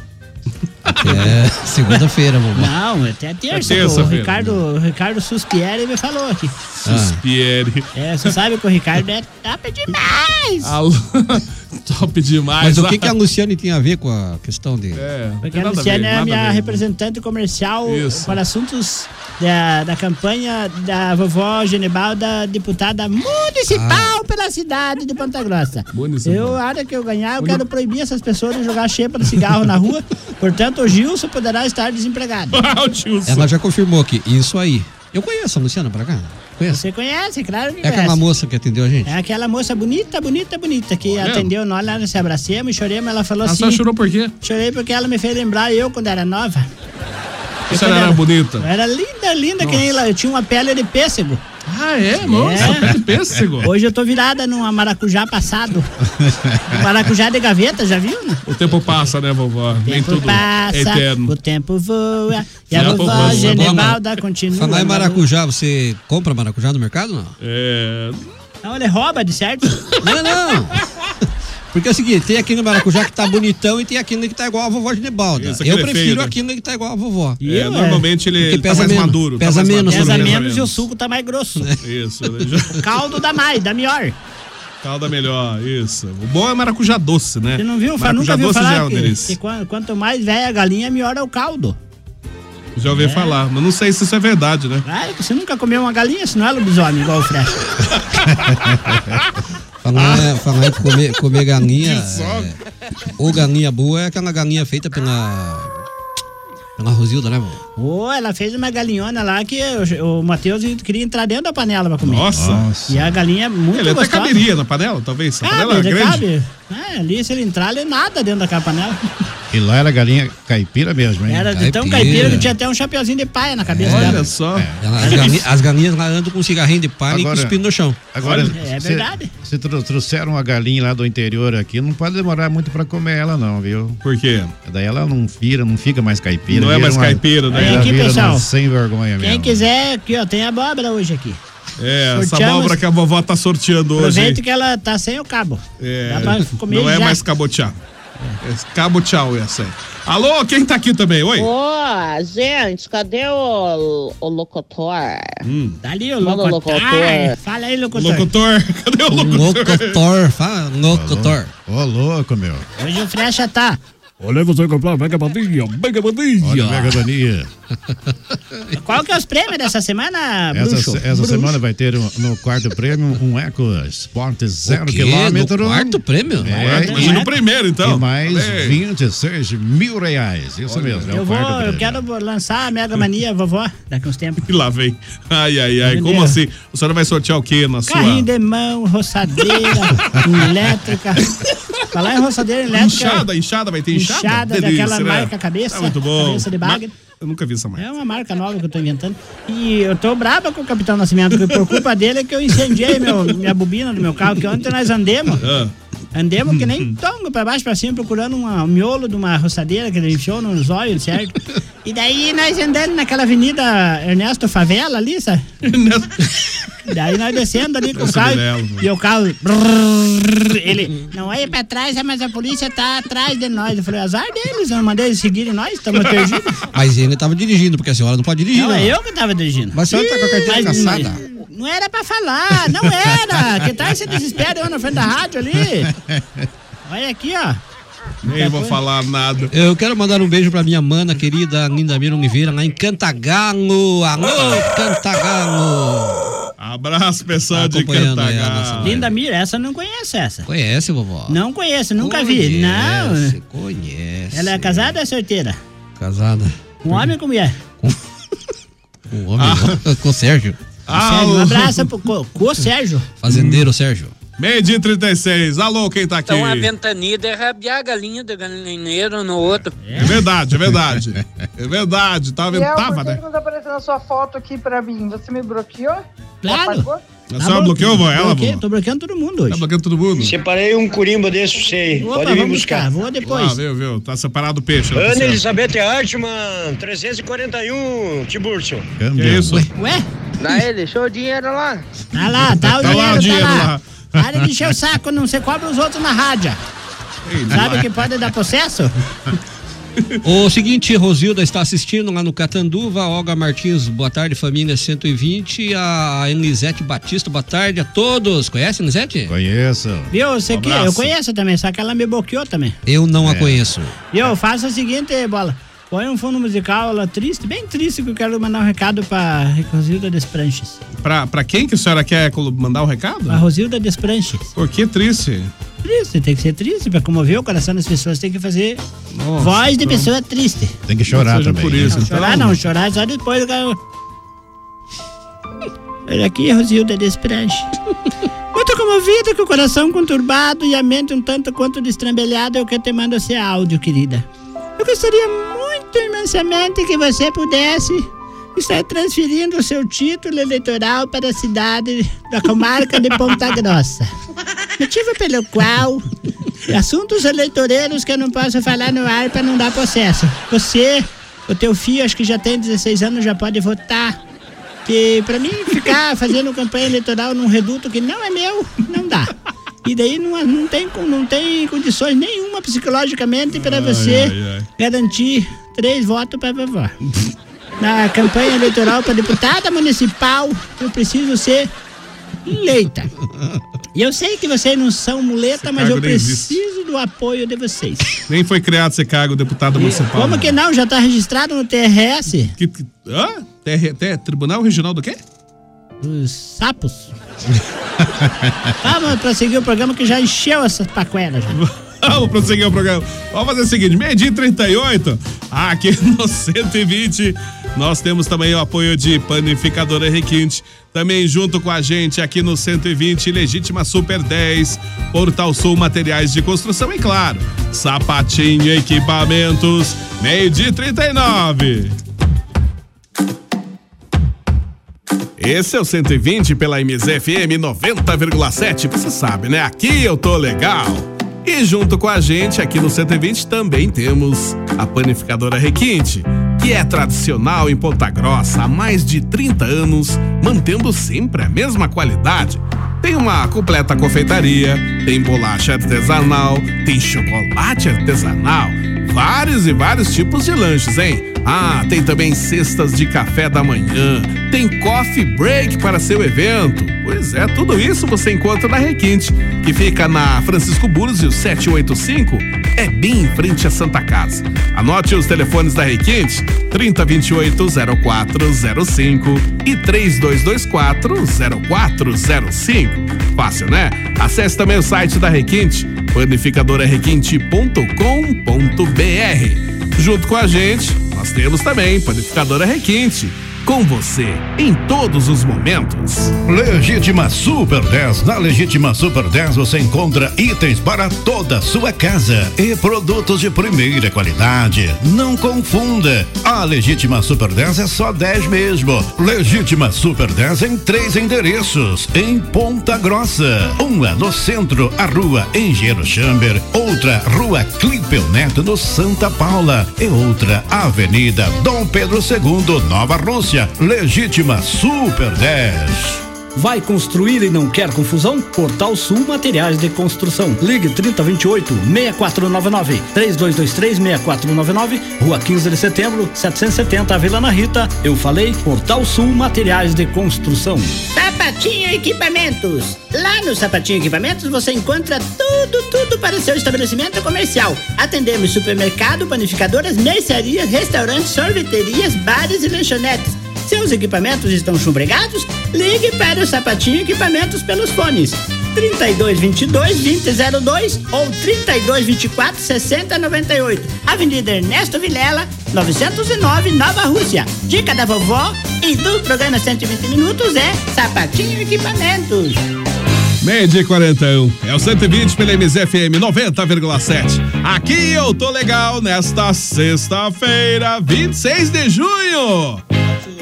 Speaker 8: É, segunda-feira, vovó.
Speaker 7: Não, até terça.
Speaker 8: É terça-feira,
Speaker 7: o Ricardo, o Ricardo Suspieri me falou aqui.
Speaker 2: Ah. Suspieri.
Speaker 7: É, você sabe que o Ricardo é top demais.
Speaker 2: Alô, top demais.
Speaker 8: Mas o que,
Speaker 2: ah.
Speaker 8: que a Luciane tem a ver com a questão de.
Speaker 2: É, não
Speaker 7: Porque
Speaker 2: tem
Speaker 7: a
Speaker 2: nada
Speaker 7: Luciana
Speaker 2: ver,
Speaker 7: é a
Speaker 2: nada
Speaker 7: minha
Speaker 2: ver. né?
Speaker 7: representante comercial
Speaker 2: Isso.
Speaker 7: para assuntos da, da campanha da vovó Genebalda, deputada municipal pela cidade de Ponta Grossa.
Speaker 2: Ah. Municipal.
Speaker 7: Eu, a hora que eu ganhar, eu quero proibir essas pessoas de jogar xepa de cigarro na rua. Portanto, o Gilson poderá estar desempregado.
Speaker 2: Ah,
Speaker 8: Ela já confirmou aqui. Isso aí. Eu conheço a Luciana pra cá. Conheço.
Speaker 7: Você conhece, claro que
Speaker 8: É aquela
Speaker 7: conhece.
Speaker 8: moça que atendeu a gente.
Speaker 7: É aquela moça bonita, bonita, bonita, que
Speaker 8: Olha.
Speaker 7: atendeu nós lá, nós se abracemos e choremos. Ela falou
Speaker 2: Ah,
Speaker 7: assim...
Speaker 2: só chorou por quê?
Speaker 7: Chorei porque ela me fez lembrar eu quando era nova.
Speaker 2: Isso ela era bonita.
Speaker 7: Eu era linda, linda, que nem ela. Eu tinha uma pele de pêssego.
Speaker 2: Ah, é? Nossa, pele de pêssego.
Speaker 7: Hoje eu tô virada numa maracujá passado. Um maracujá de gaveta, já viu? Né?
Speaker 2: O tempo passa, né, vovó? Nem
Speaker 7: O tempo
Speaker 2: tudo
Speaker 7: passa,
Speaker 2: é eterno.
Speaker 7: o tempo voa. E a
Speaker 2: um
Speaker 8: Tempo
Speaker 7: vovó
Speaker 8: voa.
Speaker 7: Genebalda continua.
Speaker 8: Falar em maracujá, você compra maracujá no mercado ou não?
Speaker 2: É.
Speaker 7: Não, ele rouba, de certo?
Speaker 8: Não, não. Porque é o seguinte, tem aquele maracujá que tá bonitão e tem aquele que tá igual a vovó de Nebalda.
Speaker 2: Isso, aquele
Speaker 8: Eu
Speaker 2: é feio,
Speaker 8: prefiro
Speaker 2: né?
Speaker 8: aquele que tá igual a vovó.
Speaker 2: É, Eu, é. normalmente ele-
Speaker 8: Porque
Speaker 2: ele tá mais maduro, tá
Speaker 8: Pesa
Speaker 2: mais
Speaker 8: menos. né?
Speaker 2: maduro.
Speaker 7: Pesa
Speaker 8: também.
Speaker 7: menos e o suco tá mais grosso.
Speaker 2: Isso, né? Já-
Speaker 7: O caldo dá mais, dá melhor.
Speaker 2: Calda melhor, isso. O bom é maracujá doce, né?
Speaker 7: Você não viu? Fa- Nunca
Speaker 2: Maracujá
Speaker 7: viu
Speaker 2: doce já é
Speaker 7: falar
Speaker 2: uma
Speaker 7: que, que
Speaker 2: delícia.
Speaker 7: quan- quanto mais velha a galinha, melhor é o caldo.
Speaker 2: Já
Speaker 7: é?
Speaker 2: ouvi falar, mas não sei se isso é verdade, né?
Speaker 7: Claro que você nunca comeu uma galinha, senão é lobisomem, igual o Fred.
Speaker 8: Falar, é, falar em comer, comer galinha. é, ou galinha boa é aquela galinha feita pela. pela Rosilda, né, vovó?
Speaker 7: Ô, ela fez uma galinhona lá que o, o Matheus queria entrar dentro da panela pra comer.
Speaker 2: Nossa. Nossa.
Speaker 7: E a galinha é muito
Speaker 2: Ele até
Speaker 7: gostosa.
Speaker 2: caberia na panela,
Speaker 10: tá
Speaker 2: talvez. A panela
Speaker 7: Cabe, ele
Speaker 2: era grande.
Speaker 7: cabe. É, ali se ele entrar, ele nada dentro daquela panela.
Speaker 10: E lá era galinha caipira mesmo, hein?
Speaker 7: Era de tão caipira que tinha até um chapeuzinho de paia na cabeça dela.
Speaker 2: só.
Speaker 8: É, As, galinha- as galinhas lá andam com um cigarrinho de palha
Speaker 10: Agora-
Speaker 8: e cuspindo no chão.
Speaker 10: Agora,
Speaker 7: É verdade.
Speaker 10: Se tro- trouxeram uma galinha lá do interior aqui, não pode demorar muito pra comer ela, não, viu?
Speaker 2: Por quê?
Speaker 10: Daí ela não vira, não fica mais caipira.
Speaker 2: Não é
Speaker 10: vira
Speaker 2: mais caipira, né?
Speaker 10: Ela
Speaker 7: Aqui,
Speaker 10: vira
Speaker 7: pessoal,
Speaker 10: uma sem vergonha
Speaker 7: Quem
Speaker 10: mesmo.
Speaker 7: quiser, aqui, ó, tem abóbora hoje aqui.
Speaker 2: É, essa
Speaker 7: Sorteamos-
Speaker 2: abóbora que a vovó tá sorteando hoje.
Speaker 7: Aproveita que ela tá sem o cabo.
Speaker 2: É,
Speaker 7: Dá pra comer
Speaker 2: não é
Speaker 7: já.
Speaker 2: mais cabotiá. É cabotiau essa aí. Alô, quem tá aqui também? Oi?
Speaker 16: Ô, gente, cadê o, o locutor?
Speaker 2: Hum,
Speaker 7: Tá ali o
Speaker 16: Manda o
Speaker 7: locutor.
Speaker 16: locutor.
Speaker 7: Fala aí, locutor.
Speaker 2: Locutor, cadê o locutor?
Speaker 8: Locutor, fala, locutor.
Speaker 10: Ô, louco, meu.
Speaker 7: Hoje o Frecha tá.
Speaker 10: Olha você comprar mega bandinha, mega bandinha. Olha,
Speaker 2: né?
Speaker 10: mega bandinha.
Speaker 7: Qual que é os prêmios dessa semana,
Speaker 10: Essa,
Speaker 7: bruxo?
Speaker 10: se- essa semana vai ter um- no quarto prêmio um Eco Sport zero
Speaker 8: quê?
Speaker 10: quilômetro.
Speaker 8: No quarto prêmio?
Speaker 10: É,
Speaker 8: Quarto,
Speaker 10: e,
Speaker 8: imagina o
Speaker 2: primeiro, então.
Speaker 10: E mais
Speaker 2: Olha aí.
Speaker 10: 26 mil reais. Isso mesmo. é
Speaker 7: Eu
Speaker 10: o
Speaker 7: vou,
Speaker 10: quarto
Speaker 7: eu
Speaker 10: prêmio.
Speaker 7: quero lançar a Mega Mania, vovó, daqui uns tempos.
Speaker 2: E lá vem. Ai, ai, ai.
Speaker 7: Entendeu?
Speaker 2: Como assim? A senhora vai sortear o quê na sua.
Speaker 7: Carrinho de mão, roçadeira, elétrica. Falar em roçadeira elétrica.
Speaker 2: Inchada, inchada, vai ter
Speaker 7: inchada, daquela marca cabeça,
Speaker 2: Tá muito bom.
Speaker 7: cabeça de bagre.
Speaker 2: Ma- Eu nunca vi essa marca.
Speaker 7: É uma marca nova que eu tô inventando. E eu tô braba com o Capitão Nascimento, porque por culpa dele é que eu incendiei meu, minha bobina do meu carro, que Ah, ontem nós andemos.
Speaker 2: Ah.
Speaker 7: Andemos que
Speaker 1: Uhum.
Speaker 7: nem tongo pra baixo pra cima, procurando uma- um miolo de uma roçadeira que ele enfiou nos olhos, certo? E daí nós andando naquela avenida Ernesto Favela ali, sabe? daí nós descendo ali com o
Speaker 1: Ernesto
Speaker 7: carro.
Speaker 1: Vilela,
Speaker 7: E o carro. brrr, ele. Não olha pra trás, é, mas a polícia tá atrás de nós. Eu falei, azar deles, eu não mandei eles seguirem nós, estamos perdidos.
Speaker 8: Mas ele tava dirigindo, porque a senhora não pode dirigir.
Speaker 7: Não,
Speaker 8: né?
Speaker 7: é eu que tava dirigindo.
Speaker 8: Mas a senhora tá com a carteira
Speaker 7: Mas-
Speaker 8: caçada.
Speaker 7: Não era pra falar, não era. que tal esse desespero eu na frente da rádio ali? Olha aqui, ó. tá
Speaker 2: Nem vou falar nada.
Speaker 8: Eu quero mandar um beijo pra minha mana querida Lindamira Oliveira, lá em Cantagalo. Alô, Cantagalo!
Speaker 2: Abraço, pessoal de
Speaker 8: Tá acompanhando
Speaker 1: né,
Speaker 8: aí a
Speaker 2: Cantagalo.
Speaker 8: nossa live.
Speaker 7: Linda Mira, essa eu não conheço essa.
Speaker 8: Conhece, vovó?
Speaker 7: Não conheço, nunca vi.
Speaker 8: Conhece,
Speaker 7: Não.
Speaker 8: Conhece.
Speaker 7: Ela é casada ou é solteira?
Speaker 8: Casada
Speaker 7: Com
Speaker 2: Uhum.
Speaker 7: homem ou com mulher?
Speaker 8: com o homem,
Speaker 2: Ah.
Speaker 8: com o Sérgio.
Speaker 7: Sérgio, um abraço pro co, co Sérgio.
Speaker 8: Fazendeiro Sérgio.
Speaker 2: Meio dia e 36. Alô, quem tá aqui?
Speaker 17: Então a ventania derrabiar a galinha do galinheiro no outro.
Speaker 2: É verdade, é verdade. É verdade. Tava,
Speaker 18: Fiel,
Speaker 2: tava
Speaker 18: por que
Speaker 2: né?
Speaker 18: que não tá aparecendo a sua foto aqui pra mim? Você me bloqueou?
Speaker 7: Claro.
Speaker 18: Apagou?
Speaker 2: A senhora bloqueou, vó? Ela, vó?
Speaker 7: Tá Tô bloqueando todo mundo hoje.
Speaker 2: Tá bloqueando todo mundo?
Speaker 19: Separei um curimba desse pra você.
Speaker 2: Opa,
Speaker 19: Pode vir
Speaker 2: vamos
Speaker 19: buscar.
Speaker 2: buscar,
Speaker 7: vou
Speaker 2: Ah, viu, viu? Tá separado o peixe. ela tá
Speaker 19: Ana
Speaker 2: certa.
Speaker 19: Elizabeth Hartmann, 341, Tiburcio.
Speaker 2: Que isso?
Speaker 7: Ué?
Speaker 19: Dá ele, deixou o dinheiro lá.
Speaker 7: Tá lá, tá
Speaker 19: Tá
Speaker 7: o dinheiro,
Speaker 19: lá o
Speaker 7: tá
Speaker 19: dinheiro
Speaker 7: lá.
Speaker 19: lá.
Speaker 7: Para de encher o saco, não você cobra os outros na rádio. Sabe que pode dar processo?
Speaker 8: O seguinte, Rosilda está assistindo lá no Catanduva, Olga Martins, boa tarde, família 120, a Elisete Batista, boa tarde a todos. Conhece, Elisete?
Speaker 10: Conheço.
Speaker 7: Viu, você que eu conheço também, só que ela me bloqueou também.
Speaker 8: Um Eu não
Speaker 2: É.
Speaker 8: a conheço.
Speaker 7: E eu faço o seguinte, bola. Põe um fundo musical ela triste, bem triste, que eu quero mandar um recado pra Rosilda Despranches.
Speaker 2: Pra, pra quem que a senhora quer colo- mandar o recado?
Speaker 7: A Rosilda Despranches.
Speaker 2: Por que triste?
Speaker 7: Triste, tem que ser triste, pra comover o coração das pessoas, tem que fazer voz de
Speaker 2: então.
Speaker 7: pessoa triste.
Speaker 10: Tem que chorar
Speaker 2: Seja
Speaker 10: também.
Speaker 2: por isso, então.
Speaker 7: Não, chorar não, chorar só depois do cara. Olha aqui, Rosilda Despranche. Muito comovida, com o coração conturbado e a mente um tanto quanto destrambelhada, eu que te mando esse áudio, querida. Eu gostaria muito imensamente que você pudesse estar transferindo o seu título eleitoral para a cidade da comarca de Ponta Grossa. Motivo pelo qual Assuntos eleitoreiros que eu não posso falar no ar pra não dar processo. Você, o teu filho, acho que já tem 16 anos, já pode votar. Que pra mim ficar fazendo campanha eleitoral num reduto que não é meu, não dá. E daí não, não, tem, con- não tem condições nenhuma psicologicamente pra você
Speaker 1: ai, ai.
Speaker 7: garantir três votos pra vovó. Na campanha eleitoral pra deputada municipal, eu preciso ser eleita. E eu sei que vocês não são muleta, mas
Speaker 2: cargo
Speaker 7: eu
Speaker 2: nem existe.
Speaker 7: preciso do apoio de vocês.
Speaker 2: Nem foi criado esse cargo, deputado municipal.
Speaker 7: Como que não? Já tá registrado no TRS?
Speaker 2: Que, que- hã? TR, TR, Tribunal Regional do quê?
Speaker 7: Os sapos. Tá, Vamos prosseguir o programa que já encheu essas paqueras.
Speaker 2: Vamos prosseguir o programa. Vamos fazer o seguinte: meio dia e 38, aqui no 120, nós temos também o apoio de Panificadora Requinte. Também junto com a gente aqui no 120, Legítima Super 10, Portal Sul Materiais de Construção e, claro, Sapatinho Equipamentos, meio dia e 39. Esse é o 120 pela MZFM 90,7. Você sabe, né? Aqui eu tô legal. E junto com a gente aqui no 120 também temos a panificadora Requinte, que é tradicional em Ponta Grossa há mais de 30 anos, mantendo sempre a mesma qualidade. Tem uma completa confeitaria, tem bolacha artesanal, tem chocolate artesanal. Vários e vários tipos de lanches, hein? Ah, tem também cestas de café da manhã, tem coffee break para seu evento. Pois é, tudo isso você encontra na Requinte, que fica na Francisco Búzios 785, é bem em frente à Santa Casa. Anote os telefones da Requinte: 3028-0405 e 3224-0405. Fácil, né? Acesse também o site da Requinte, panificadorarequinte.com.br. Junto com a gente, nós temos também Panificadora Requinte,
Speaker 1: com você em todos os momentos.
Speaker 20: Legítima Super 10. Na Legítima Super 10 você encontra itens para toda a sua casa e produtos de primeira qualidade. Não confunda. A Legítima Super 10 é só 10 mesmo. Legítima Super 10 em três endereços. Em Ponta Grossa. Uma no centro, a rua Engenheiro Chamber. Outra, rua Clipeu Neto, no Santa Paula. E outra, Avenida Dom Pedro II, Nova Rússia. Legítima Super 10.
Speaker 21: Vai construir e não quer confusão? Portal Sul Materiais de Construção. Ligue 3028 6499 3223 6499 Rua 15 de Setembro 770 Vila Ana Rita. Eu falei Portal Sul Materiais de Construção.
Speaker 11: Sapatinho Equipamentos. Lá no Sapatinho Equipamentos você encontra tudo, tudo para o seu estabelecimento comercial. Atendemos supermercado, panificadoras, mercearias, restaurantes, sorveterias, bares e lanchonetes. Seus equipamentos estão chumbregados? Ligue para o Sapatinho Equipamentos pelos fones 3222 2002 ou 3224 6098. Avenida Ernesto Vilela, 909, Nova Rússia. Dica da vovó e do programa 120 Minutos é Sapatinho Equipamentos.
Speaker 2: Tá Meio de 41. É o 120 pela MZFM 90,7. Aqui eu tô legal nesta sexta-feira, 26 de junho.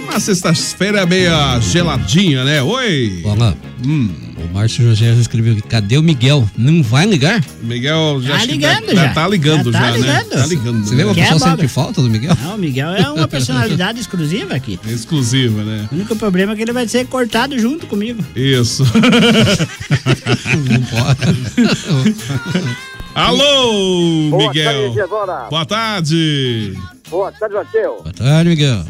Speaker 2: Uma sexta-feira meia geladinha, né? Oi.
Speaker 8: Olá. Hum, O Márcio José escreveu aqui, cadê o Miguel? Não vai ligar?
Speaker 2: Miguel já
Speaker 8: Tá
Speaker 2: acho que
Speaker 8: ligando
Speaker 2: tá,
Speaker 8: já.
Speaker 2: Tá ligando
Speaker 8: Já
Speaker 2: já,
Speaker 8: tá
Speaker 2: né?
Speaker 8: ligando.
Speaker 2: Tá ligando.
Speaker 8: Você vê uma
Speaker 2: né?
Speaker 8: pessoa sente falta do Miguel?
Speaker 7: Não, o Miguel é uma personalidade exclusiva aqui.
Speaker 2: Exclusiva, né?
Speaker 7: O único problema é que ele vai ser cortado junto comigo.
Speaker 2: Isso. Alô,
Speaker 22: Boa
Speaker 2: Miguel.
Speaker 22: tarde, Isadora.
Speaker 2: Boa tarde.
Speaker 22: Boa tarde, Matheus.
Speaker 8: Boa tarde, Miguel.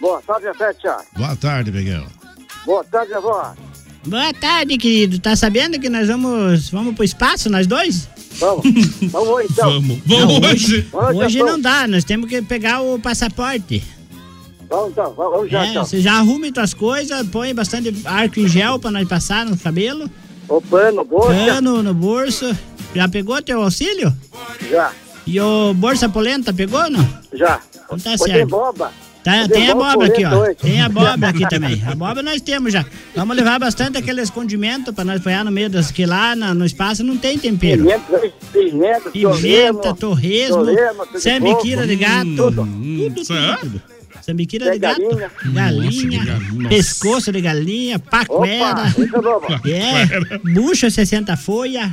Speaker 22: Boa tarde, Fétia.
Speaker 10: Boa tarde, Miguel.
Speaker 22: Boa tarde, avó.
Speaker 7: Boa tarde, querido. Tá sabendo que nós vamos, vamos pro espaço, nós dois?
Speaker 22: Vamos. Vamos então.
Speaker 2: Vamos.
Speaker 22: Vamos
Speaker 7: hoje.
Speaker 22: hoje. Vamos,
Speaker 7: Hoje
Speaker 22: então.
Speaker 7: não dá, nós temos que pegar o passaporte.
Speaker 22: Vamos então, vamos vamos já
Speaker 7: É,
Speaker 22: então.
Speaker 7: você já arrume tuas coisas, põe bastante arco em gel pra nós passar no cabelo.
Speaker 22: O pano, bolsa.
Speaker 7: Pano no bolso. Já pegou teu auxílio?
Speaker 22: Já.
Speaker 7: E o Bolsa Polenta pegou, não?
Speaker 22: Já.
Speaker 7: Então tá
Speaker 22: Pois
Speaker 7: certo.
Speaker 22: tem boba.
Speaker 7: Tá,
Speaker 22: Pois
Speaker 7: tem
Speaker 22: tem boba
Speaker 7: abóbora aqui, ó.
Speaker 22: polenta hoje.
Speaker 7: Tem abóbora aqui também. Abóbora nós temos já. Vamos levar bastante aqueles condimentos pra nós apanhar no meio das que lá na- no espaço não tem tempero.
Speaker 22: Pimenta, pimenta,
Speaker 7: Pimenta,
Speaker 22: torresmo,
Speaker 7: torresmo,
Speaker 22: torresmo, tudo de
Speaker 7: sambiquira
Speaker 22: bom.
Speaker 7: de gato.
Speaker 22: Hum,
Speaker 7: Tudo, tudo,
Speaker 2: é?
Speaker 7: tudo. Sambiquira de gato. Galinha, pescoço de galinha, paquera. É, bucha 60 folha.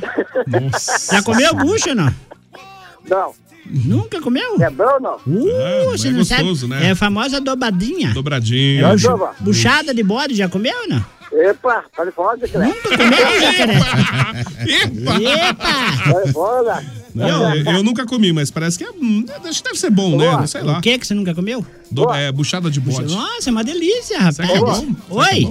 Speaker 7: Já comeu bucha, não?
Speaker 22: Não.
Speaker 7: Nunca comeu?
Speaker 22: É bom, não?
Speaker 7: Uh,
Speaker 2: É, mas
Speaker 7: você
Speaker 2: é
Speaker 7: não
Speaker 2: gostoso,
Speaker 7: sabe.
Speaker 2: né?
Speaker 7: É a famosa dobradinha.
Speaker 2: Dobradinho.
Speaker 7: É bucha- buchada de bode, já comeu ou não?
Speaker 22: Epa, tá de fora, jacaré.
Speaker 7: Nunca comeu, né, jacaré?
Speaker 22: Tá de fora.
Speaker 2: Não, eu, eu nunca comi, mas parece que é, hum, acho que deve ser bom, né? Não sei lá.
Speaker 7: O que que você nunca comeu?
Speaker 2: Do- é, buchada de bode.
Speaker 7: Nossa, é uma delícia, rapaz.
Speaker 2: Será que é bom?
Speaker 7: Oi?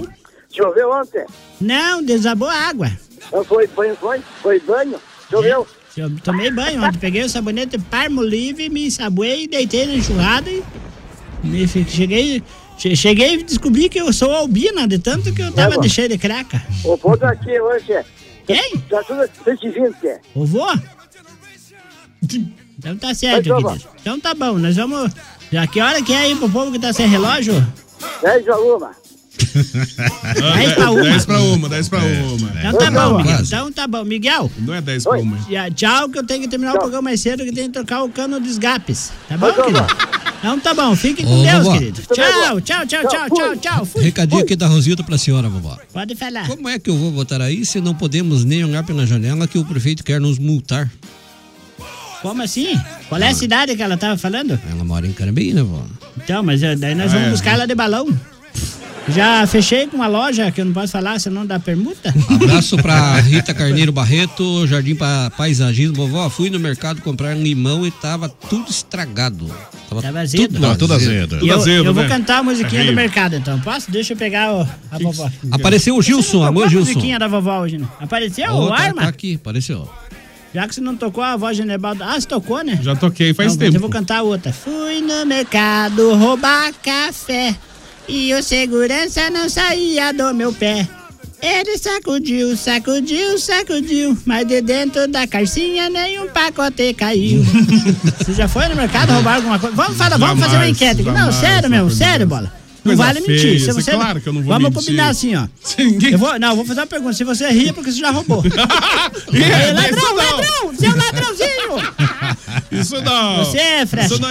Speaker 22: Choveu ontem?
Speaker 7: Não, desabou a água.
Speaker 22: Não Foi, foi, foi, foi banho? Choveu?
Speaker 7: É, Eu tomei banho ontem, peguei o sabonete Parmo Livre, me ensaboei, deitei na enxurrada e e fi- cheguei, che- cheguei e descobri que eu sou albina de tanto que eu tava de cheio de craca.
Speaker 22: O vô tá aqui hoje.
Speaker 7: Quem?
Speaker 22: Tá tudo 120.
Speaker 7: Ô, vô? Então tá certo,
Speaker 22: Vai, vô.
Speaker 7: querido. Então tá bom, nós vamos... Já que hora que é aí pro povo que tá sem relógio?
Speaker 22: 10 a 1.
Speaker 7: 10 pra uma.
Speaker 2: 10 Ah, é, pra uma, 10 pra uma.
Speaker 7: Então tá bom, Miguel. Então tá bom. Miguel,
Speaker 2: Não é 10 pra uma.
Speaker 7: já- tchau que eu tenho que terminar o programa mais cedo que tem que trocar o cano dos gapes. Tá bom, querido? Então tá bom, fiquem com
Speaker 8: Ô,
Speaker 7: Deus,
Speaker 8: vovó.
Speaker 7: querido. Tchau, tchau, tchau, tchau, tchau, tchau. Fui.
Speaker 8: Recadinho aqui da Rosilda pra senhora, vovó.
Speaker 7: Pode falar.
Speaker 8: Como é que eu vou votar aí se não podemos nem olhar pela janela que o prefeito quer nos multar?
Speaker 7: Como assim? Qual é a cidade que ela tava falando?
Speaker 8: Ela mora em Carambeí, né, vó?
Speaker 7: Então, mas eh, daí nós
Speaker 8: Ah,
Speaker 7: vamos
Speaker 8: é.
Speaker 7: buscar ela de balão. Já fechei com uma loja que eu não posso falar, senão dá permuta.
Speaker 8: Abraço pra Rita Carneiro Barreto, Jardim pa Paisagismo. Vovó, fui no mercado comprar limão e tava tudo estragado. Tava,
Speaker 7: Tava azedo.
Speaker 8: tudo
Speaker 10: Tava tudo azedo.
Speaker 8: Tudo
Speaker 7: Eu,
Speaker 8: azedo,
Speaker 7: eu vou
Speaker 8: né?
Speaker 7: cantar a musiquinha do
Speaker 8: Terrível.
Speaker 7: mercado, então. Posso? Deixa eu pegar o, a vovó.
Speaker 8: Apareceu o Gilson, amor
Speaker 7: Qual a
Speaker 8: Gilson.
Speaker 7: musiquinha da vovó hoje, né? Apareceu
Speaker 8: Ô,
Speaker 7: o
Speaker 8: tá-
Speaker 7: arma?
Speaker 8: tá aqui, apareceu.
Speaker 7: Já que você não tocou a voz de Genebaldo. Ah, você tocou, né?
Speaker 2: Já toquei faz
Speaker 7: Não, mas
Speaker 2: tempo.
Speaker 7: Eu vou cantar outra. Fui no mercado roubar café e o segurança não saía do meu pé. Ele sacudiu, sacudiu, sacudiu, mas de dentro da carcinha nenhum pacote caiu. Você já foi no mercado roubar alguma coisa? Vamos, falar, vamos fazer uma
Speaker 1: Jamais,
Speaker 7: enquete. aqui. não,
Speaker 1: jamais,
Speaker 7: sério,
Speaker 1: não,
Speaker 7: meu,
Speaker 1: pelo
Speaker 7: sério, bola. Não
Speaker 2: Coisa
Speaker 7: vale
Speaker 2: feia,
Speaker 7: mentir. Se
Speaker 2: isso é
Speaker 7: você...
Speaker 2: claro que eu não vou
Speaker 7: Vamos
Speaker 2: mentir.
Speaker 7: combinar assim, ó. Eu vou... Não, eu vou fazer uma pergunta. Se você ri, é porque você já roubou.
Speaker 2: é,
Speaker 7: Ei, ladrão,
Speaker 2: isso não.
Speaker 7: ladrão! Seu ladrãozinho!
Speaker 2: Isso não.
Speaker 7: Você é fresco.
Speaker 2: Isso não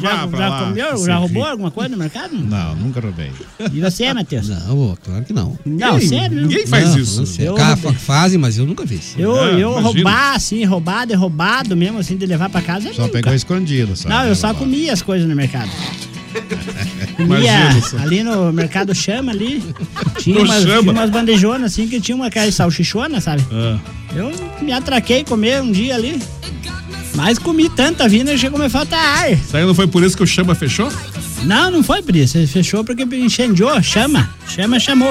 Speaker 7: Já,
Speaker 2: Vá pra
Speaker 7: já
Speaker 2: lá.
Speaker 7: comeu?
Speaker 2: Você
Speaker 7: Já roubou
Speaker 2: ri.
Speaker 7: alguma coisa no mercado?
Speaker 10: Não, nunca roubei.
Speaker 7: E você, Matheus?
Speaker 8: Não, claro que não.
Speaker 7: Não, Ninguém- sério? ninguém faz isso.
Speaker 8: não sei.
Speaker 7: Eu-
Speaker 8: Cara, fa- fazem, mas eu nunca fiz.
Speaker 7: Eu, eu roubar, assim, roubado e roubado mesmo, assim, de levar pra casa.
Speaker 10: Só pegou escondido, só.
Speaker 7: Não, eu só comia as coisas no mercado. Comia
Speaker 10: Imagina só.
Speaker 7: ali no mercado chama ali. Tinha
Speaker 10: No
Speaker 7: umas,
Speaker 10: Chama?
Speaker 7: tinha umas bandejonas assim que tinha uma cara de salchichona, sabe?
Speaker 2: Ah.
Speaker 7: Eu me atraquei comer um dia ali. Mas comi tanta vinda que chegou a me faltar ar.
Speaker 2: Isso aí não foi por isso que o Chama fechou?
Speaker 7: Não, não foi por isso. Ele fechou porque incendiou. Chama. Chama, chamou.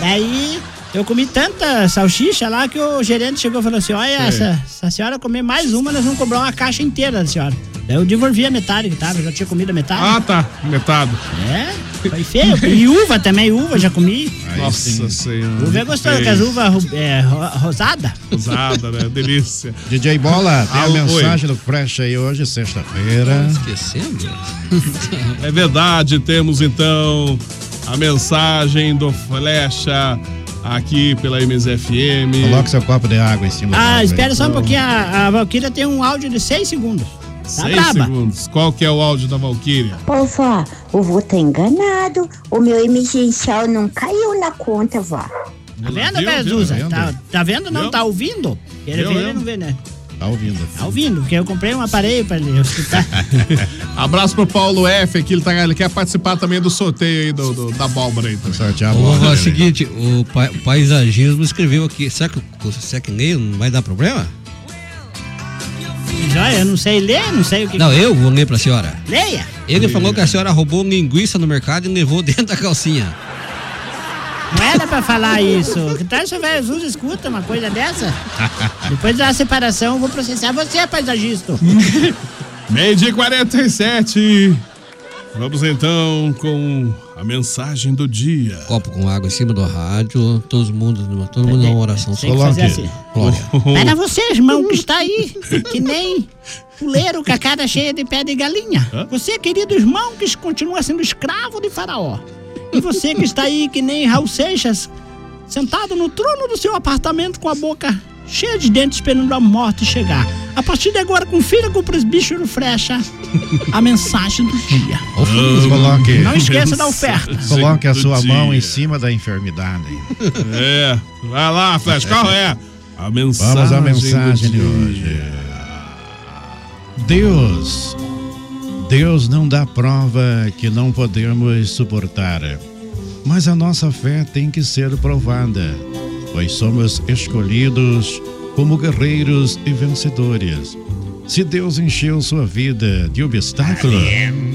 Speaker 7: Daí eu comi tanta salsicha lá que o gerente chegou e falou assim: Olha,
Speaker 23: Sei.
Speaker 7: essa, se a senhora comer mais uma, nós vamos cobrar uma caixa inteira da senhora. Daí eu devolvi a metade que tava, eu já tinha comido a metade.
Speaker 2: Ah, tá. Metade.
Speaker 7: É, foi feio. E uva também, uva já comi.
Speaker 2: Nossa senhora.
Speaker 7: Uva é gostosa,
Speaker 2: Fez.
Speaker 7: que as uvas ru- é, ro- rosada.
Speaker 2: Usada, né? Delícia.
Speaker 10: DJ Bola, tem a
Speaker 2: Alô,
Speaker 10: mensagem do Fresh aí hoje, sexta-feira.
Speaker 8: Esquecendo?
Speaker 2: É verdade, temos então a mensagem do Flecha aqui pela MZFM.
Speaker 10: Coloque seu copo de água em cima. da
Speaker 7: Ah,
Speaker 10: água
Speaker 7: espera
Speaker 10: aí.
Speaker 7: só um pouquinho. A, a Valkyria tem um áudio de 6 segundos. Tá
Speaker 2: Seis
Speaker 7: braba.
Speaker 2: segundos. Qual que é o áudio da Valkyria?
Speaker 15: Pô, vó, o vô tá enganado. O meu emergencial não caiu na conta, vó.
Speaker 7: Tá vendo,
Speaker 15: Viu, viu,
Speaker 7: Cazuza?
Speaker 15: tá
Speaker 7: Tá,
Speaker 15: vendo?
Speaker 7: tá vendo? Não,
Speaker 15: Viu?
Speaker 7: tá ouvindo? Ele
Speaker 15: Viu,
Speaker 7: vê, ele
Speaker 15: viu?
Speaker 7: não vê, né?
Speaker 10: Tá ouvindo.
Speaker 7: Tá ouvindo, porque eu comprei um aparelho pra ele escutar.
Speaker 2: Abraço pro Paulo F aqui, ele, tá, ele quer participar também do sorteio aí do, do- da abóbora aí tá também.
Speaker 10: Sortear
Speaker 8: Ô, é o seguinte, o pa- o paisagismo escreveu aqui. Será que o Secneio não vai dar problema?
Speaker 7: Já, eu não sei ler, não sei o que.
Speaker 8: Não, eu vou ler pra senhora.
Speaker 7: Leia!
Speaker 8: Ele falou que a senhora roubou linguiça no mercado e levou dentro da calcinha.
Speaker 7: Não era pra falar isso. Que tal se o velho Jesus escuta uma coisa dessa? Depois da separação, eu vou processar você, paisagista.
Speaker 2: Meio dia e 47. Vamos então com a mensagem do dia.
Speaker 8: Copo com água em cima do rádio, todo mundo, numa- todo mundo numa oração.
Speaker 7: tem que fazer assim.
Speaker 8: Glória.
Speaker 7: Para você, é irmão, que está aí, que nem puleiro com a cara cheia de pé de galinha. Você, querido irmão, que continua sendo escravo de faraó. E você que está aí, que nem Raul Seixas, sentado no trono do seu apartamento com a boca cheia de dentes esperando a morte chegar. A partir de agora, confira com o presbítero Frecha a mensagem do dia.
Speaker 10: Coloque.
Speaker 7: Não esqueça da oferta.
Speaker 10: Coloque a sua
Speaker 2: Do
Speaker 10: mão
Speaker 2: dia.
Speaker 10: em cima da enfermidade.
Speaker 2: É, vai lá, Flash, qual é? A mensagem.
Speaker 10: Vamos à
Speaker 2: do
Speaker 10: mensagem de
Speaker 2: dia.
Speaker 10: hoje. Deus, Deus não dá prova que não podemos suportar, mas a nossa fé tem que ser provada, pois somos escolhidos como guerreiros e vencedores. Se Deus encheu sua vida de obstáculo,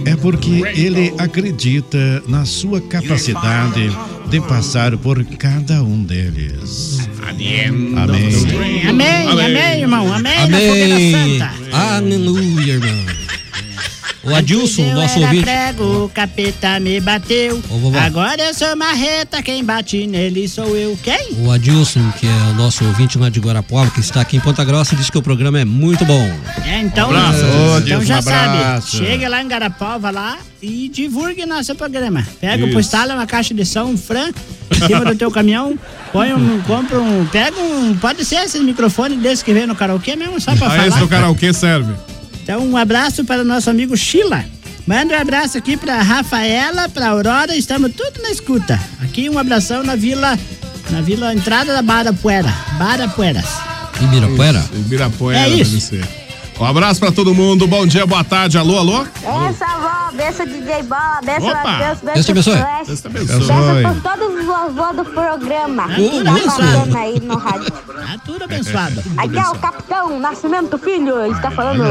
Speaker 10: é porque Ele acredita na sua capacidade de passar por cada um deles. Amém.
Speaker 7: Amém, amém, irmão, amém, na fogueira santa.
Speaker 10: Ah,
Speaker 8: Aleluia, irmão. O Adilson,
Speaker 7: Eu
Speaker 8: nosso
Speaker 7: era
Speaker 8: ouvinte.
Speaker 7: prego, o capeta me bateu.
Speaker 8: Ô, vovó.
Speaker 7: Agora eu sou marreta, quem bate nele sou eu. Quem?
Speaker 8: O Adilson, que é o nosso ouvinte lá de Guarapuava, que está aqui em Ponta Grossa, diz que o programa é muito bom.
Speaker 7: É, então,
Speaker 8: Um abraço,
Speaker 7: então
Speaker 8: Adilson,
Speaker 7: já
Speaker 8: um
Speaker 7: sabe.
Speaker 8: abraço.
Speaker 7: Chega lá em Garapova lá e divulgue nosso programa. Pega,
Speaker 8: Isso.
Speaker 7: o instala uma caixa de som, um fran, em cima do teu caminhão, põe um, compra um, pega um, pode ser esse microfone desse que vem no karaokê mesmo, só pra
Speaker 2: Ah,
Speaker 7: falar.
Speaker 2: esse do karaokê serve.
Speaker 7: Então, um abraço para o nosso amigo Sheila. Manda um abraço aqui para Rafaela, para Aurora, estamos tudo na escuta. Aqui um abração na vila, na vila entrada da Barapuera, Barapueras.
Speaker 8: Ibirapuera?
Speaker 2: Ibirapuera,
Speaker 7: É isso.
Speaker 2: deve ser. Um abraço pra todo mundo, bom dia, boa tarde, alô, alô.
Speaker 24: Benção, vó. Benção, DJ Bola. Benção,
Speaker 2: Opa.
Speaker 24: Matheus.
Speaker 2: Deus te abençoe.
Speaker 24: Flash.
Speaker 2: Deus te abençoe.
Speaker 24: Benção por todos os vovôs do programa.
Speaker 7: Ah,
Speaker 24: que
Speaker 7: tudo
Speaker 24: tá
Speaker 7: abençoado.
Speaker 24: passando aí no rádio.
Speaker 7: Tudo abençoado.
Speaker 24: Aqui é o Capitão Nascimento Filho. Está falando...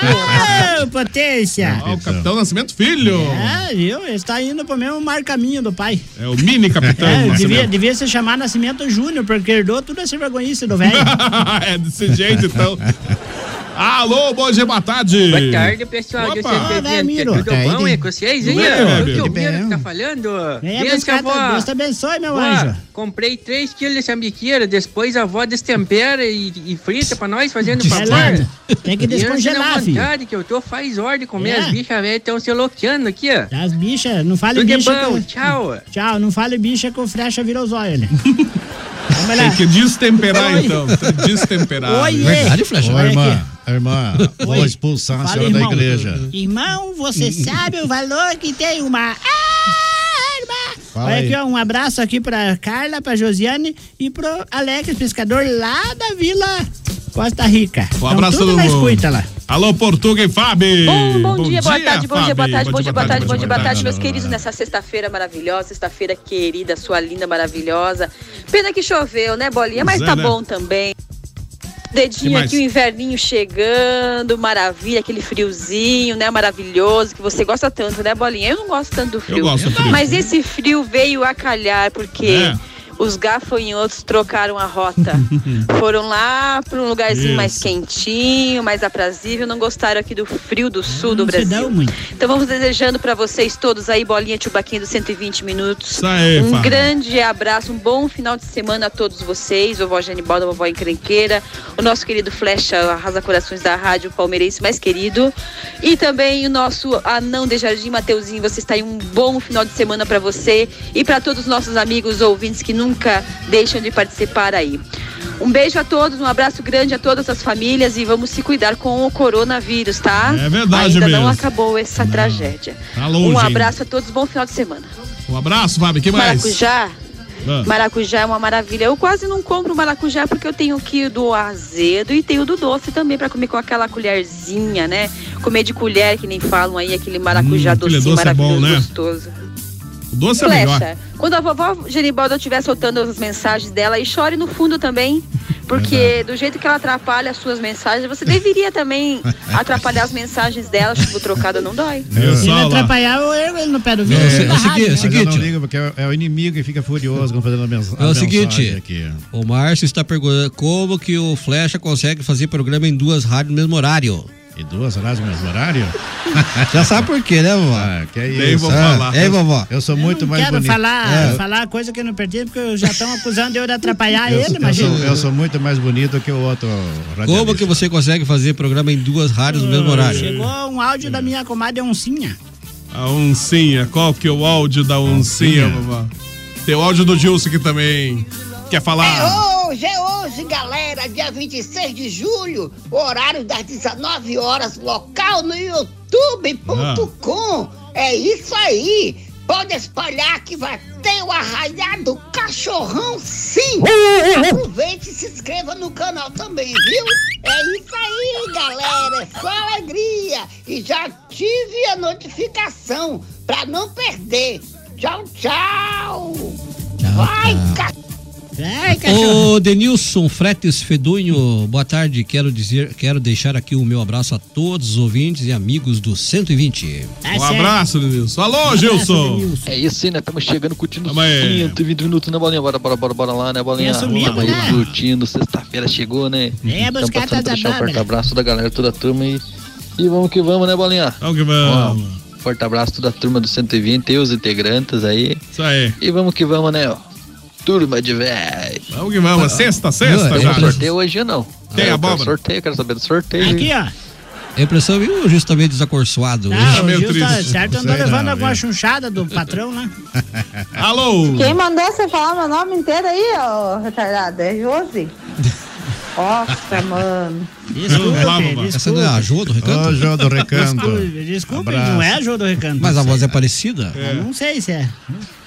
Speaker 7: Ah, potência!
Speaker 2: Ó, o Capitão Nascimento Filho.
Speaker 7: É, viu? Ele está indo pro mesmo mar caminho do pai.
Speaker 2: É o mini Capitão
Speaker 7: É, devia,
Speaker 2: Nascimento.
Speaker 7: devia se chamar Nascimento Júnior, porque herdou tudo essa vergonhice do velho.
Speaker 2: é desse jeito, então. Alô, bom dia, boa tarde.
Speaker 5: Boa tarde, pessoal. tá Deixa
Speaker 7: Ah,
Speaker 5: eu
Speaker 7: né,
Speaker 2: Opa.
Speaker 5: ser presente.
Speaker 2: Boa
Speaker 5: Tudo
Speaker 7: Tá
Speaker 2: tarde.
Speaker 5: bom, é? Com vocês aí?
Speaker 2: Tudo
Speaker 5: ó?
Speaker 2: bem, meu
Speaker 5: Aqui o
Speaker 2: amigo.
Speaker 5: Miro que tá falando.
Speaker 7: É,
Speaker 5: Deus
Speaker 7: mas
Speaker 5: que a
Speaker 7: cada-
Speaker 5: avó-
Speaker 7: Deus te abençoe, meu
Speaker 5: Vó,
Speaker 7: anjo.
Speaker 5: Comprei 3 quilos de sambiqueira, depois a avó destempera e, e frita pra nós, fazendo
Speaker 7: Descongelado.
Speaker 5: favor.
Speaker 7: Tem que
Speaker 5: E eu sei
Speaker 7: descongelar,
Speaker 5: na
Speaker 7: filho.
Speaker 5: vontade que eu tô faz hora de comer,
Speaker 7: É.
Speaker 5: as bichas velhas estão se loqueando aqui, ó.
Speaker 7: As bichas, não fale
Speaker 5: Tudo de
Speaker 7: bicha.
Speaker 5: bom,
Speaker 7: que-
Speaker 5: tchau.
Speaker 7: Tchau, não fale bicha que o frecha vira o zóio ali.
Speaker 2: Tem que destemperar, então. Destemperar. Um
Speaker 7: Oiê.
Speaker 10: Verdade, Flecha? Ô, irmã, irmã, vou
Speaker 7: Oi.
Speaker 10: expulsar a
Speaker 7: Fala,
Speaker 10: senhora
Speaker 7: irmão.
Speaker 10: da igreja.
Speaker 7: Irmão, você sabe o valor que tem uma
Speaker 10: Fala
Speaker 7: Olha
Speaker 10: aí.
Speaker 7: aqui, ó, um abraço aqui pra Carla, pra Josiane e pro Alex, pescador lá da Vila Costa Rica.
Speaker 2: Um
Speaker 7: Então,
Speaker 2: abraço
Speaker 7: tudo na escuta lá.
Speaker 2: Alô, Portuga e Fábio.
Speaker 23: Bom, bom, dia, boa tarde, bom dia, boa
Speaker 2: Fábio.
Speaker 23: tarde, bom dia, boa tarde, bom dia, boa tarde, meus
Speaker 2: Não, não,
Speaker 23: queridos, nessa sexta-feira maravilhosa, sexta-feira querida, sua linda, maravilhosa. Pena que choveu, né, bolinha? Mas
Speaker 25: Pois é,
Speaker 23: tá
Speaker 25: né?
Speaker 23: bom também.
Speaker 25: Que
Speaker 23: Dedinho
Speaker 25: mais?
Speaker 23: aqui, o inverninho chegando, maravilha, aquele friozinho, né, maravilhoso, que você gosta tanto, né, bolinha? Eu não gosto tanto do frio.
Speaker 25: gosto do frio.
Speaker 23: Mas esse frio veio a calhar, porque.
Speaker 25: É.
Speaker 23: Os gafanhotos trocaram a rota. Foram lá para um lugarzinho mais quentinho, mais aprazível. Não gostaram aqui do frio do sul do
Speaker 7: Não se
Speaker 23: Brasil.
Speaker 7: dão muito.
Speaker 23: Então vamos desejando para vocês todos aí, bolinha Tchubaquinha dos 120 minutos.
Speaker 2: Isso aí,
Speaker 23: um
Speaker 2: Fábio.
Speaker 23: grande abraço, um bom final de semana a todos vocês, vovó Genibalda, vovó Encrenqueira, o nosso querido Flecha, Arrasa Corações da Rádio Palmeirense mais querido. E também o nosso anão de Jardim, Mateuzinho, você está aí um bom final de semana para você e para todos os nossos amigos ouvintes que nunca deixam de participar aí. Um beijo a todos, um abraço grande a todas as famílias e vamos se cuidar com o coronavírus, tá?
Speaker 2: É verdade
Speaker 23: Ainda
Speaker 2: mesmo.
Speaker 23: não acabou essa tragédia.
Speaker 2: Tá longe
Speaker 23: um
Speaker 2: ainda.
Speaker 23: abraço a todos, bom final de semana.
Speaker 2: Um abraço, Fábio. que mais?
Speaker 23: Maracujá.
Speaker 2: Ah.
Speaker 23: Maracujá é uma maravilha. Eu quase não compro maracujá porque eu tenho aqui o do azedo e tenho o do doce também pra comer com aquela colherzinha, né? Comer de colher, que nem falam aí, aquele maracujá
Speaker 2: Hum, aquele
Speaker 23: docinho
Speaker 2: doce é bom,
Speaker 23: maravilhoso,
Speaker 2: né?
Speaker 23: gostoso.
Speaker 2: O doce é melhor.
Speaker 23: Flecha, quando a vovó Genibaldo estiver soltando as mensagens dela, e chore no fundo também, porque do jeito que ela atrapalha as suas mensagens, você deveria também atrapalhar as mensagens dela, tipo, trocada não dói.
Speaker 10: Eu
Speaker 7: Se
Speaker 10: só
Speaker 7: ele
Speaker 10: lá.
Speaker 7: atrapalhar, eu ergo ele no pé do
Speaker 10: É,
Speaker 7: vidro. assim,
Speaker 10: é
Speaker 7: na
Speaker 10: o
Speaker 7: rádio,
Speaker 10: seguinte,
Speaker 7: né?
Speaker 10: é o seguinte. não ligo, porque é o inimigo que fica furioso quando fazendo a mensagem.
Speaker 8: É o seguinte, o Márcio está perguntando como que o Flecha consegue fazer programa em duas rádios no mesmo horário.
Speaker 10: E duas horádios no mesmo horário?
Speaker 8: Já sabe por quê, né, vovó?
Speaker 10: que é
Speaker 8: Ei,
Speaker 10: isso.
Speaker 8: vovó, lá. Ei, vovó.
Speaker 10: Eu sou muito mais
Speaker 7: Quero
Speaker 10: bonito.
Speaker 7: falar,
Speaker 10: É,
Speaker 7: falar coisa que eu não perdi, porque já estão acusando eu de atrapalhar
Speaker 10: eu,
Speaker 7: ele,
Speaker 10: sou- eu, sou,
Speaker 7: imagina.
Speaker 10: eu sou muito mais bonito que o outro radialista.
Speaker 8: Como que você consegue fazer programa em duas rádios no mesmo horário?
Speaker 7: Chegou um áudio
Speaker 10: É.
Speaker 7: da minha comadre um Oncinha.
Speaker 2: A oncinha, qual que é o áudio da oncinha, vovó? Tem o áudio do Gilson aqui também. Quer falar?
Speaker 26: É hoje, é hoje, galera, dia 26 de julho, horário das 19 horas, local no youtube.com. É isso aí. Pode espalhar que vai ter o arraiado cachorrão sim. Aproveite e se inscreva no canal também, viu? É isso aí, galera. É só alegria. E já tive a notificação pra não perder. Tchau, tchau. Vai, cachorro.
Speaker 7: Vai,
Speaker 8: Ô Denilson Fretes Fedunho, boa tarde. Quero dizer, quero deixar aqui o meu abraço a todos os ouvintes e amigos do 120.
Speaker 7: Tá
Speaker 2: Um abraço, Denilson. Alô, Gilson.
Speaker 27: É isso aí, né? Estamos chegando, curtindo
Speaker 2: Tamo aí.
Speaker 27: 120 minutos, né, bolinha? Bora, bora, bora, bora lá, né, bolinha?
Speaker 7: Tem assumido,
Speaker 27: Tamo aí
Speaker 7: né? É,
Speaker 27: curtindo, sexta-feira chegou, né?
Speaker 7: Venha
Speaker 27: Então,
Speaker 7: buscar
Speaker 27: passando pra
Speaker 7: Tata
Speaker 27: deixar um forte
Speaker 7: Bárbara.
Speaker 27: abraço da galera, toda a turma aí. E vamos que vamos, né, bolinha?
Speaker 2: Vamos que vamos.
Speaker 27: Forte abraço toda a turma do 120 e os integrantes aí.
Speaker 2: Isso aí.
Speaker 27: E vamos que vamos, né, ó. Turma de véi.
Speaker 2: Vamos que vamos, é sexta, sexta
Speaker 27: Tem um
Speaker 2: já.
Speaker 27: sorteio hoje ou não?
Speaker 2: Tem,
Speaker 27: Eu quero
Speaker 2: abóbora.
Speaker 27: Sorteio, quero saber do sorteio.
Speaker 7: Aqui, ó.
Speaker 8: A impressão é que o Gilson tá meio desacorçoado. hoje.
Speaker 2: é
Speaker 7: Ah, o Gil tá certo, andou
Speaker 10: é
Speaker 7: levando alguma chunchada do patrão lá.
Speaker 2: Alô!
Speaker 28: Quem mandou você falar meu nome inteiro aí, ô retardado? É Josi. Nossa, mano.
Speaker 8: Essa não é a Jô do
Speaker 2: Ah,
Speaker 8: Recanto?
Speaker 10: Ô, Jô do Recanto.
Speaker 7: Desculpe, desculpe, não é a Jô do Recanto.
Speaker 8: Mas a voz é parecida?
Speaker 7: Eu Não sei se é.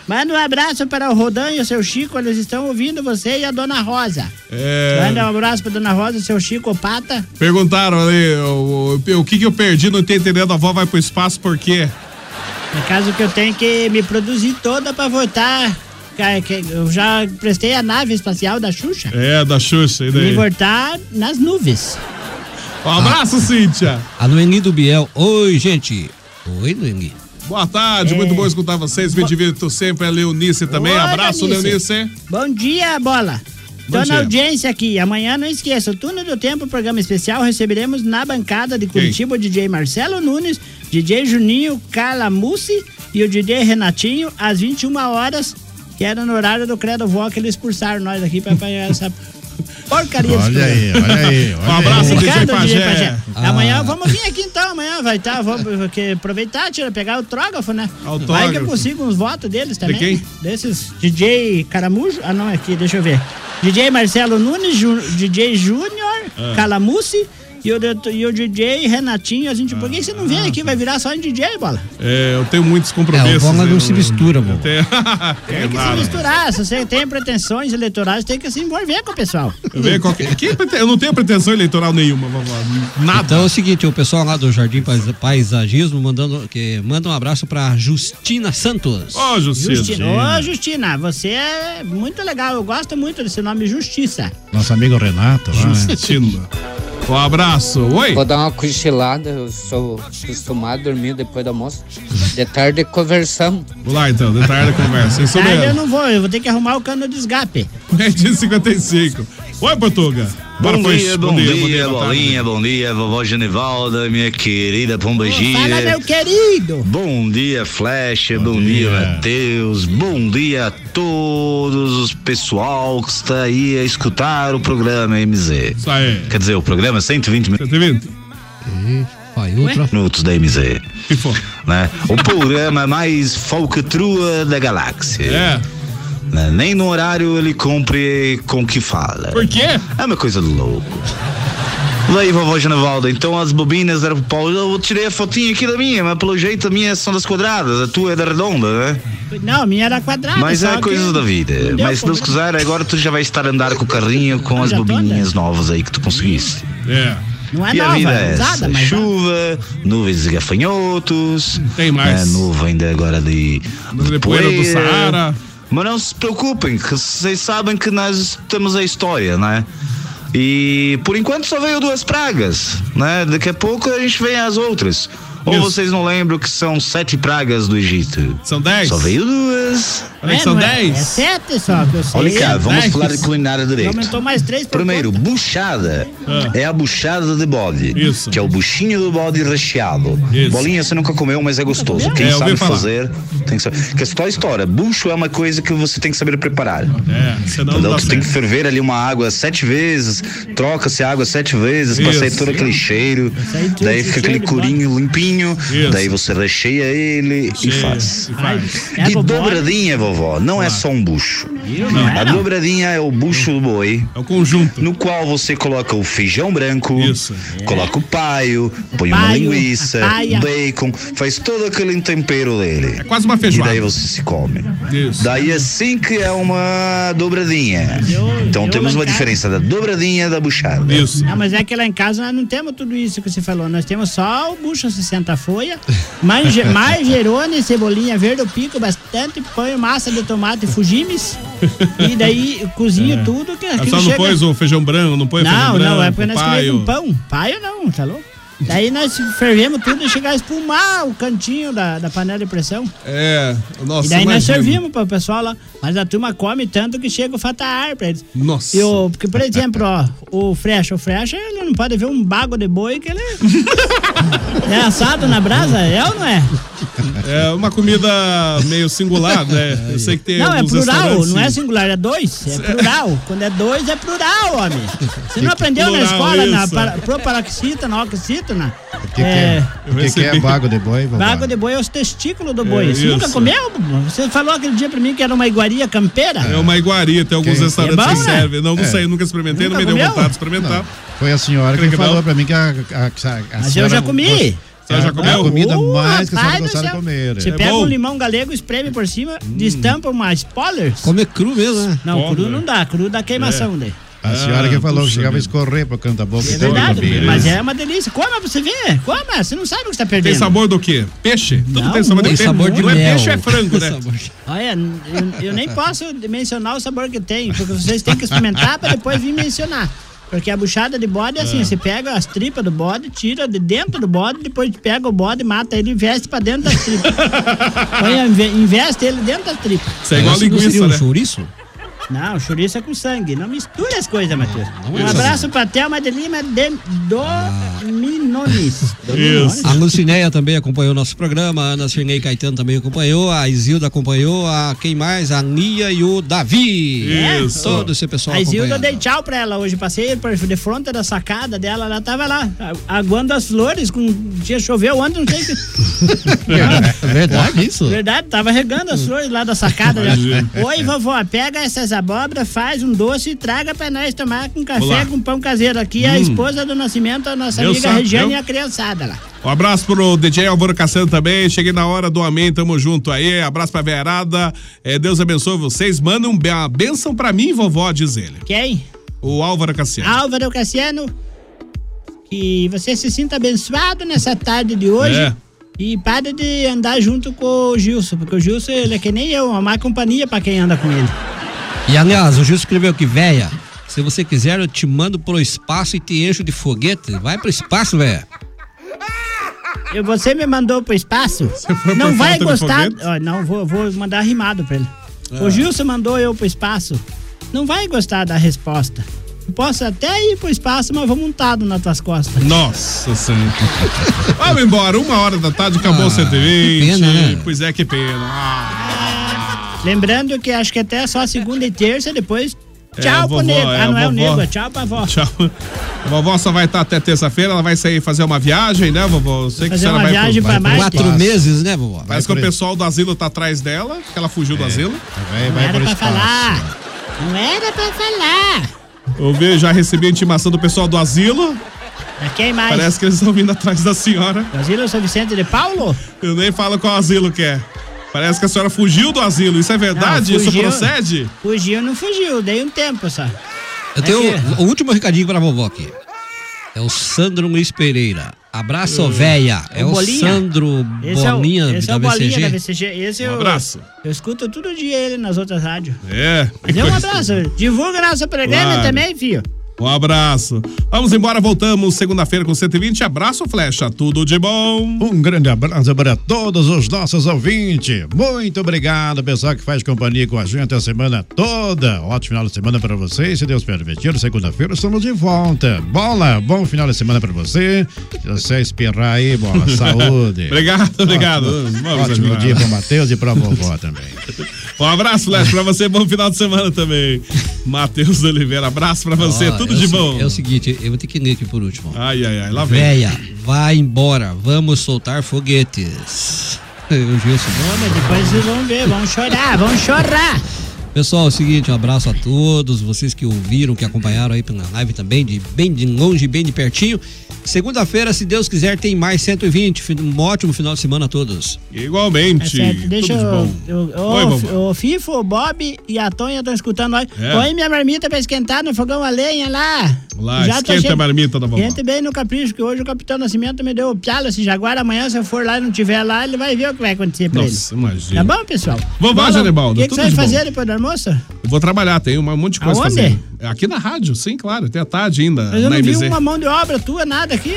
Speaker 7: Manda um abraço para o Rodan e o seu Chico, eles estão ouvindo você e a Dona Rosa. Manda um
Speaker 2: É,
Speaker 7: abraço para Dona Rosa, seu Chico Pata.
Speaker 2: perguntaram ali o, o- o que, que eu perdi, não tem entendendo. A avó vai pro espaço por quê?
Speaker 7: É caso que eu tenho que me produzir toda para voltar. Ca- que- Eu já prestei a nave espacial da Xuxa.
Speaker 2: É, da Xuxa. E
Speaker 7: E
Speaker 2: daí?
Speaker 7: voltar nas nuvens.
Speaker 2: Um abraço, Cíntia.
Speaker 8: A Noemi do Biel. Oi, gente. Oi, Noemi.
Speaker 2: Boa tarde, muito bom escutar vocês. Me divirto sempre. A Leonice também.
Speaker 7: Oi,
Speaker 2: Abraço,
Speaker 7: Leonice.
Speaker 2: Leonice.
Speaker 7: Bom dia, bola. Tô
Speaker 2: Bom
Speaker 7: na
Speaker 2: dia.
Speaker 7: audiência aqui. Amanhã, não esqueça, o turno do tempo, programa especial, receberemos na bancada de Curitiba o DJ Marcelo Nunes, DJ Juninho Calamucci e o DJ Renatinho, às 21 horas, que era no horário do Credo Vó, que eles expulsaram nós aqui pra apanhar essa porcaria desse
Speaker 10: Olha aí,
Speaker 7: programa.
Speaker 10: olha aí.
Speaker 2: Um abraço,
Speaker 10: aí.
Speaker 2: DJ Pajé. Ah.
Speaker 7: Amanhã vamos vir aqui então, amanhã vai estar, vamos porque aproveitar, tira, pegar o autógrafo, né?
Speaker 2: Autógrafo.
Speaker 7: Vai que eu consigo uns votos deles também.
Speaker 2: quem?
Speaker 7: Desses DJ Caramujo, ah não, é aqui, deixa eu ver. DJ Marcelo Nunes, Ju- DJ Júnior,
Speaker 2: Ah.
Speaker 7: Calamucci e o, det- e o DJ Renatinho, a gente, por que você não
Speaker 2: Ah,
Speaker 7: vem aqui? Vai virar só em DJ, bola?
Speaker 2: É, eu tenho muitos compromissos.
Speaker 8: É, o bola
Speaker 2: né?
Speaker 8: não se mistura,
Speaker 2: Eu tenho- É
Speaker 7: Se
Speaker 2: nada.
Speaker 7: misturar, se você tem pretensões eleitorais, tem que se envolver com o pessoal.
Speaker 2: Eu venho qualquer- Quem prete- Eu não tenho pretensão eleitoral nenhuma, vovó. Nada.
Speaker 8: Então é o seguinte, o pessoal lá do Jardim Pais- Paisagismo mandando, que, manda um abraço pra Justina Santos.
Speaker 2: Ó,
Speaker 7: Justina. Ô, Justina, você é muito legal. Eu gosto muito desse nome, Justiça.
Speaker 10: Nosso amigo Renato. lá, né?
Speaker 2: Justino. Um abraço. Oi.
Speaker 6: Vou dar uma cochilada, eu sou acostumado a dormir depois do almoço. De tarde conversamos.
Speaker 2: Vamos lá então, detalhe da conversa. Isso
Speaker 7: Ah, eu
Speaker 2: mesmo.
Speaker 7: não vou, eu vou ter que arrumar o cano de escape.
Speaker 2: Meio-dia e 55. Oi, Portuga. Bora,
Speaker 9: Bom
Speaker 2: pois.
Speaker 9: dia, bom dia,
Speaker 2: boa tarde.
Speaker 9: bolinha, bom dia, vovó Genivalda, minha querida
Speaker 7: Fala,
Speaker 9: Pombagira.
Speaker 7: meu querido.
Speaker 9: Bom dia, Flash, bom, dia, Matheus, bom dia a todos os pessoal que está aí a escutar o programa MZ.
Speaker 2: Isso aí.
Speaker 9: Quer dizer, o programa é 120 minutos.
Speaker 2: 120.
Speaker 8: é?
Speaker 9: Minutos da MZ.
Speaker 2: Que foi?
Speaker 9: Né? O programa mais falcatrua da galáxia.
Speaker 2: É.
Speaker 9: Né? Nem no horário ele cumpre com o que fala.
Speaker 2: Por quê?
Speaker 9: É uma coisa do louco. Daí, vovó Genovalda, então as bobinas eram pro pau. Eu tirei a fotinha aqui da minha, mas pelo jeito a minha são das quadradas, a tua é da redonda, né?
Speaker 7: Não, a minha era
Speaker 2: Ah,
Speaker 7: quadrada.
Speaker 9: mas
Speaker 7: só
Speaker 9: é
Speaker 7: que-
Speaker 9: coisas da vida.
Speaker 7: Deu
Speaker 9: Mas se Deus
Speaker 7: problema.
Speaker 9: quiser, agora tu já vai estar andando com o carrinho com as bobininhas novas aí que tu conseguiste.
Speaker 2: É.
Speaker 7: Não é
Speaker 9: e a
Speaker 7: nova,
Speaker 9: vida
Speaker 7: é
Speaker 9: é
Speaker 7: usada,
Speaker 9: essa?
Speaker 7: mas.
Speaker 9: Chuva, nuvens de gafanhotos.
Speaker 2: Tem mais.
Speaker 9: Né, nuvem de, agora de. de
Speaker 2: poeira do Saara.
Speaker 9: Mas não se preocupem, que vocês sabem que nós temos a história, né? E por enquanto só veio duas pragas, né? Daqui a pouco a gente vem as outras. Ou vocês não lembram que são sete pragas do Egito?
Speaker 2: São dez?
Speaker 9: Só veio duas.
Speaker 7: É, não é- É sete só que eu sei.
Speaker 9: Olha cá, vamos
Speaker 7: Dez.
Speaker 9: falar de culinária direito.
Speaker 7: Aumentou mais três por
Speaker 9: Primeiro, buchada. É a buchada de bode. Isso. Que é o buchinho do bode recheado. Bolinha você nunca comeu, mas é gostoso. Quem
Speaker 2: É, eu ouvi
Speaker 9: sabe
Speaker 2: falar.
Speaker 9: fazer, tem que saber. Que é só a história. Bucho é uma coisa que você tem que saber preparar.
Speaker 2: É, senão não
Speaker 9: Entendeu?
Speaker 2: dá
Speaker 9: Tu tem que
Speaker 2: certo.
Speaker 9: ferver ali uma água sete vezes, troca-se a água sete vezes, pra
Speaker 2: Isso.
Speaker 9: sair todo aquele cheiro.
Speaker 2: Sai todo
Speaker 9: Daí
Speaker 2: esse
Speaker 9: fica aquele
Speaker 2: cheiro, bota.
Speaker 9: corinho limpinho,
Speaker 2: Isso.
Speaker 9: daí você recheia ele e faz.
Speaker 7: É,
Speaker 9: E
Speaker 7: vovó.
Speaker 9: dobradinha, vovó, não
Speaker 2: Ah.
Speaker 9: é só um bucho. A dobradinha é o bucho do boi. É
Speaker 2: o conjunto.
Speaker 9: No qual você coloca o feijão branco, coloca o paio, põe uma
Speaker 2: Paio,
Speaker 9: linguiça,
Speaker 2: a paia.
Speaker 9: bacon, faz todo aquele tempero dele. É
Speaker 2: quase uma feijoada.
Speaker 9: E daí você se come. Daí assim que é uma dobradinha. Então temos uma diferença da dobradinha e da buchada.
Speaker 2: Isso.
Speaker 7: Ah, mas é que lá em casa nós não temos tudo isso que você falou. Nós temos só o bucho 60 folha, mange- margerone, cebolinha verde, eu pico bastante, ponho massa de tomate fujimes e daí cozinho
Speaker 2: É.
Speaker 7: tudo que
Speaker 2: Ah,
Speaker 7: aquilo
Speaker 2: Só não
Speaker 7: chega-
Speaker 2: põe o feijão branco, não põe o feijão
Speaker 7: Não,
Speaker 2: branco.
Speaker 7: não, é porque nós
Speaker 2: paio.
Speaker 7: comemos com pão. Paio não, tá louco? Daí nós fervemos tudo e chegar a espumar o cantinho da, da panela de pressão.
Speaker 2: É, nossa,
Speaker 7: e daí nós
Speaker 2: imagina.
Speaker 7: servimos pro pessoal lá. Mas a turma come tanto que chega o fatar pra eles.
Speaker 2: Nossa.
Speaker 7: E o, porque, por exemplo, ó, o Frecha, o Frecha, ele não pode ver um bago de boi que ele é assado na brasa, é ou não é?
Speaker 2: É uma comida meio singular, né? Eu sei que tem
Speaker 7: não, é
Speaker 2: alguns
Speaker 7: plural,
Speaker 2: restaurantes-
Speaker 7: não é singular, é dois, é plural. Quando é dois, é plural, homem. Você não aprendeu na
Speaker 2: Plural,
Speaker 7: escola, na
Speaker 2: isso.
Speaker 7: para, proparoxítona, oxítona?
Speaker 10: O que, que é, o que, que é
Speaker 2: recebi.
Speaker 10: bago de boi, vovó?
Speaker 7: Bago de boi é os testículos do boi.
Speaker 2: É
Speaker 7: Você nunca
Speaker 2: isso.
Speaker 7: comeu? Você falou aquele dia pra mim que era uma iguaria campeira?
Speaker 2: É uma iguaria, tem alguns
Speaker 7: Que-
Speaker 2: restaurantes
Speaker 7: É bom,
Speaker 2: que
Speaker 7: né?
Speaker 2: servem. Não, não
Speaker 7: É.
Speaker 2: sei, nunca experimentei, não
Speaker 7: Nunca
Speaker 2: me deu
Speaker 7: comeu?
Speaker 2: vontade de experimentar.
Speaker 10: Foi a senhora que
Speaker 2: Creio que
Speaker 10: falou
Speaker 2: não.
Speaker 10: pra mim que a, a, a, a
Speaker 7: Mas eu
Speaker 10: senhora
Speaker 7: já comi.
Speaker 10: A senhora já comeu? É A comida
Speaker 7: Ô,
Speaker 10: mais que a senhora
Speaker 7: rapaz do
Speaker 10: gostava de
Speaker 7: céu.
Speaker 10: comer.
Speaker 2: É
Speaker 7: Você pega um limão galego, espreme por cima,
Speaker 2: Hum.
Speaker 7: destampa uma spoilers.
Speaker 8: Come cru mesmo, né?
Speaker 7: Não,
Speaker 8: Come,
Speaker 7: cru
Speaker 8: né?
Speaker 7: não dá, cru dá
Speaker 2: É.
Speaker 7: queimação, né?
Speaker 10: É. A senhora
Speaker 2: Ah,
Speaker 10: que falou que
Speaker 8: puxa
Speaker 10: chegava a escorrer pra cantar boca.
Speaker 7: É
Speaker 10: toda,
Speaker 2: um
Speaker 7: verdade,
Speaker 10: Bia.
Speaker 7: mas é uma delícia. Coma pra você ver, coma, você não sabe o que você tá perdendo.
Speaker 2: Tem sabor do quê? Peixe? Tudo
Speaker 7: Não,
Speaker 2: tem sabor de
Speaker 7: muito,
Speaker 2: peixe.
Speaker 7: muito.
Speaker 2: não é peixe, é frango, né?
Speaker 7: Olha, eu, eu nem posso mencionar o sabor que tem, porque vocês têm que experimentar para depois vir mencionar. Porque a buchada de bode é assim, você pega as tripas do bode, tira de dentro do bode, depois pega o bode, mata ele e investe pra dentro das tripas. Põe, inve- investe ele dentro das tripas.
Speaker 2: Isso é igual a é linguiça, né?
Speaker 8: chouriço?
Speaker 7: Não, chouriço é com sangue. Não mistura as coisas, Matheus.
Speaker 8: é
Speaker 7: um
Speaker 8: isso.
Speaker 7: abraço pra Thelma de Lima de Dominones. Dominones.
Speaker 8: A Lucinéia também acompanhou o nosso programa, a Ana Cirnei Caetano também acompanhou, a Isilda acompanhou, a quem mais? A Nia e o Davi.
Speaker 7: Isso.
Speaker 8: Todo esse pessoal
Speaker 7: A Isilda eu
Speaker 8: acompanhando. né?
Speaker 7: dei tchau pra ela hoje. Passei por de fronte da sacada dela, ela tava lá, aguando as flores, com dia choveu ontem, não sei
Speaker 8: É verdade
Speaker 7: o
Speaker 8: isso?
Speaker 7: Verdade, tava regando as flores lá da sacada
Speaker 8: Imagina.
Speaker 7: dela. Oi, vovó, pega essas abóboras, faz um doce e traga pra nós tomar com café,
Speaker 2: Vou lá.
Speaker 7: com pão caseiro. Aqui é a
Speaker 2: Hum.
Speaker 7: esposa do Nascimento, a nossa
Speaker 2: Eu
Speaker 7: amiga
Speaker 2: sabe,
Speaker 7: Regiane
Speaker 2: eu-
Speaker 7: e a criançada lá.
Speaker 2: Um abraço pro DJ Álvaro Cassano também. Cheguei na hora do Amém, tamo junto aí. Abraço pra Verada. É, Deus abençoe vocês. Manda um, be- uma benção pra mim, vovó, diz ele.
Speaker 7: Quem? Ah.
Speaker 2: O Álvaro Cassiano.
Speaker 7: Álvaro Cassiano, que você se sinta abençoado nessa tarde de hoje.
Speaker 2: É.
Speaker 7: E pare de andar junto com o Gilson, porque o Gilson ele é que nem eu, uma má companhia pra quem anda com ele.
Speaker 8: E aliás, o Gil escreveu que, véia, se você quiser, eu te mando pro espaço e te encho de foguete. Vai pro espaço, véia.
Speaker 7: E você me mandou pro espaço?
Speaker 8: foi
Speaker 7: não
Speaker 8: por
Speaker 7: vai
Speaker 8: falta de
Speaker 7: gostar.
Speaker 8: foguetes?
Speaker 7: Ó, não, vou, vou mandar rimado pra ele. O
Speaker 8: Ah.
Speaker 7: Gilson mandou eu pro espaço. Não vai gostar da resposta. Eu Posso até ir pro espaço, mas vou montado nas tuas costas.
Speaker 2: Nossa Senhora. Vamos embora, uma hora da tarde, acabou o 120.
Speaker 7: Ah, que pena, né?
Speaker 2: Pois é, que pena. Ah,
Speaker 7: Lembrando que acho que até só segunda e terça, depois.
Speaker 2: É,
Speaker 7: Tchau
Speaker 2: a
Speaker 7: pro
Speaker 2: vovó,
Speaker 7: nego.
Speaker 2: é,
Speaker 7: ah, não
Speaker 2: a
Speaker 7: é o
Speaker 2: vovó.
Speaker 7: nego, é tchau pra vó.
Speaker 2: Tchau. A vovó só vai estar até terça-feira, ela vai sair fazer uma viagem, né, vovó? Eu Sei
Speaker 7: Fazer
Speaker 2: a senhora
Speaker 7: uma
Speaker 2: vai pro-
Speaker 7: viagem
Speaker 2: vai
Speaker 7: pra
Speaker 2: pro
Speaker 7: Marte.
Speaker 2: espaço.
Speaker 7: Quatro meses,
Speaker 8: né, vovó?
Speaker 2: Parece que
Speaker 7: Vai
Speaker 2: o
Speaker 7: pro-
Speaker 2: pessoal do asilo tá atrás dela, que ela fugiu do asilo.
Speaker 10: É, Vai,
Speaker 7: Não era pra falar. Não era pra falar.
Speaker 2: Eu vi, já recebi a intimação do pessoal do asilo.
Speaker 7: Pra quem mais?
Speaker 2: Parece que eles estão vindo atrás da senhora.
Speaker 7: Asilo São Vicente de Paulo?
Speaker 2: Eu nem falo qual asilo que é. Parece que a senhora fugiu do asilo. Isso é verdade?
Speaker 7: Não,
Speaker 2: Isso
Speaker 7: Ah, fugiu.
Speaker 2: procede?
Speaker 7: Fugiu, não fugiu. Dei um tempo só. É
Speaker 8: Eu tenho o último recadinho pra vovó aqui. É o Sandro Luiz Pereira. Abraço,
Speaker 7: Hum.
Speaker 8: véia.
Speaker 7: É
Speaker 8: É,
Speaker 7: o
Speaker 8: o
Speaker 7: Bolinha.
Speaker 8: Sandro
Speaker 7: Esse é o, esse
Speaker 8: Bolinha
Speaker 7: é
Speaker 8: da
Speaker 7: o Bolinha
Speaker 8: BCG.
Speaker 7: da VCG. Esse
Speaker 8: Um
Speaker 7: eu,
Speaker 8: abraço.
Speaker 7: Eu escuto todo dia ele nas outras rádios.
Speaker 2: É.
Speaker 7: Dê um abraço. Divulga nosso programa
Speaker 2: Claro.
Speaker 7: também, filho.
Speaker 2: Um abraço. Vamos embora, voltamos segunda-feira com 120. Abraço, Flecha. Tudo de bom.
Speaker 10: Um grande abraço para todos os nossos ouvintes. Muito obrigado, pessoal que faz companhia com a gente a semana toda. Ótimo final de semana para vocês. Se Deus permitir, segunda-feira estamos de volta. Bola, bom final de semana para você. Se você espirrar aí, bola, saúde.
Speaker 2: Obrigado, obrigado.
Speaker 10: Ótimo,
Speaker 2: Vamos
Speaker 10: ótimo
Speaker 2: embora.
Speaker 10: dia para Matheus e para vovó também.
Speaker 2: Um abraço, Flecha, pra você. Bom final de semana também. Matheus Oliveira, abraço pra você.
Speaker 8: Ó,
Speaker 2: Tudo
Speaker 8: é o
Speaker 2: de
Speaker 8: se-
Speaker 2: bom.
Speaker 8: É o seguinte, eu vou ter que ler aqui por último.
Speaker 2: Ai, ai, ai. Lá vem.
Speaker 8: Véia, vai embora. Vamos soltar foguetes. O Gilson.
Speaker 7: Mas depois vocês vão ver, vão chorar, vão chorar.
Speaker 8: Pessoal, é o seguinte, um abraço a todos, vocês que ouviram, que acompanharam aí pela live também, de bem de longe, bem de pertinho. Segunda-feira, se Deus quiser, tem mais 120. Fin- Um ótimo final de semana a todos.
Speaker 7: É
Speaker 2: Igualmente.
Speaker 7: certo, deixa
Speaker 8: tudo de
Speaker 7: eu.
Speaker 8: bom.
Speaker 7: eu- eu-
Speaker 8: Oi, vovó.
Speaker 7: o Fifo, o Bob e a Tonha estão escutando nós.
Speaker 2: É.
Speaker 7: Põe minha marmita pra esquentar no fogão a lenha lá.
Speaker 2: Lá,
Speaker 7: tá
Speaker 2: esquenta a
Speaker 7: cheio-
Speaker 2: marmita da vovó.
Speaker 7: Entre bem no capricho, que hoje o Capitão Nascimento me deu o piala. Se Jaguar amanhã, se eu for lá e não tiver lá, ele vai ver o que vai acontecer pra
Speaker 2: Nossa,
Speaker 7: ele.
Speaker 2: imagina.
Speaker 7: Tá bom, pessoal?
Speaker 2: Vamos lá,
Speaker 7: Bola,
Speaker 2: Genibaldo,
Speaker 7: O que, que
Speaker 2: tudo
Speaker 7: você vai
Speaker 2: de bom.
Speaker 7: fazer depois do almoço?
Speaker 2: Eu vou trabalhar, tem um monte de coisa
Speaker 7: Aonde?
Speaker 2: fazendo. Aqui na rádio, sim, claro. Até a tarde ainda.
Speaker 7: Mas eu
Speaker 2: na
Speaker 7: não vi
Speaker 2: MZ.
Speaker 7: uma mão de obra tua, nada aqui.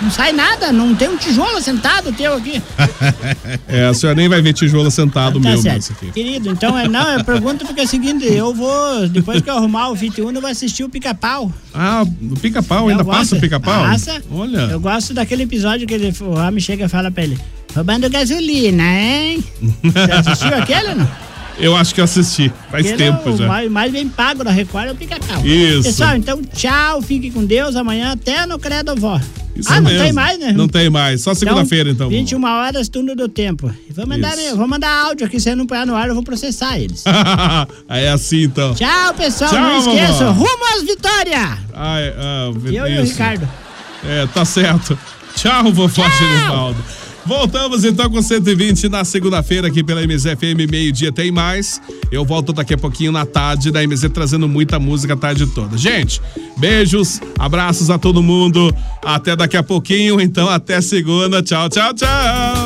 Speaker 7: Não sai nada, não tem um tijolo sentado teu aqui.
Speaker 2: É, a senhora nem vai ver tijolo sentado
Speaker 7: Tá
Speaker 2: meu,
Speaker 7: certo.
Speaker 2: mas aqui.
Speaker 7: Querido, então é não, eu pergunto porque é o seguinte, eu vou, depois que eu arrumar o 21, eu vou assistir o Pica-Pau.
Speaker 2: Ah, o pica-pau,
Speaker 7: Eu
Speaker 2: ainda
Speaker 7: gosto.
Speaker 2: passa o pica-pau?
Speaker 7: Passa.
Speaker 2: Olha.
Speaker 7: Eu gosto daquele episódio que ele, o homem chega e fala pra ele, roubando gasolina, hein? Você assistiu aquele ou não?
Speaker 2: Eu acho que eu assisti. Faz
Speaker 7: Aquele é
Speaker 2: tempo
Speaker 7: o
Speaker 2: já.
Speaker 7: mais, mais bem pago da Record é o Pica-Pau.
Speaker 2: Isso.
Speaker 7: Pessoal, então tchau, fique com Deus, amanhã até no Credo Vó.
Speaker 2: Isso
Speaker 7: ah, não
Speaker 2: mesmo.
Speaker 7: tem mais, né?
Speaker 2: Não tem mais. Só segunda-feira, então.
Speaker 7: 21 horas, turno do tempo. E Vou mandar,
Speaker 2: Isso.
Speaker 7: vou mandar áudio aqui, se eu não pôr no ar, eu vou processar eles.
Speaker 2: Aí é assim, então.
Speaker 7: Tchau, pessoal.
Speaker 2: Tchau,
Speaker 7: não esqueçam.
Speaker 2: vovó.
Speaker 7: Rumo às vitórias.
Speaker 2: Ai, ah,
Speaker 7: Eu e o
Speaker 2: isso.
Speaker 7: Ricardo.
Speaker 2: É, tá certo. Tchau, vovó Genivaldo. Voltamos então com 120 na segunda-feira aqui pela MZFM, meio-dia tem mais. Eu volto daqui a pouquinho na tarde da MZ trazendo muita música a tarde toda. Gente, beijos, abraços a todo mundo. Até daqui a pouquinho, então até segunda. Tchau, tchau, tchau.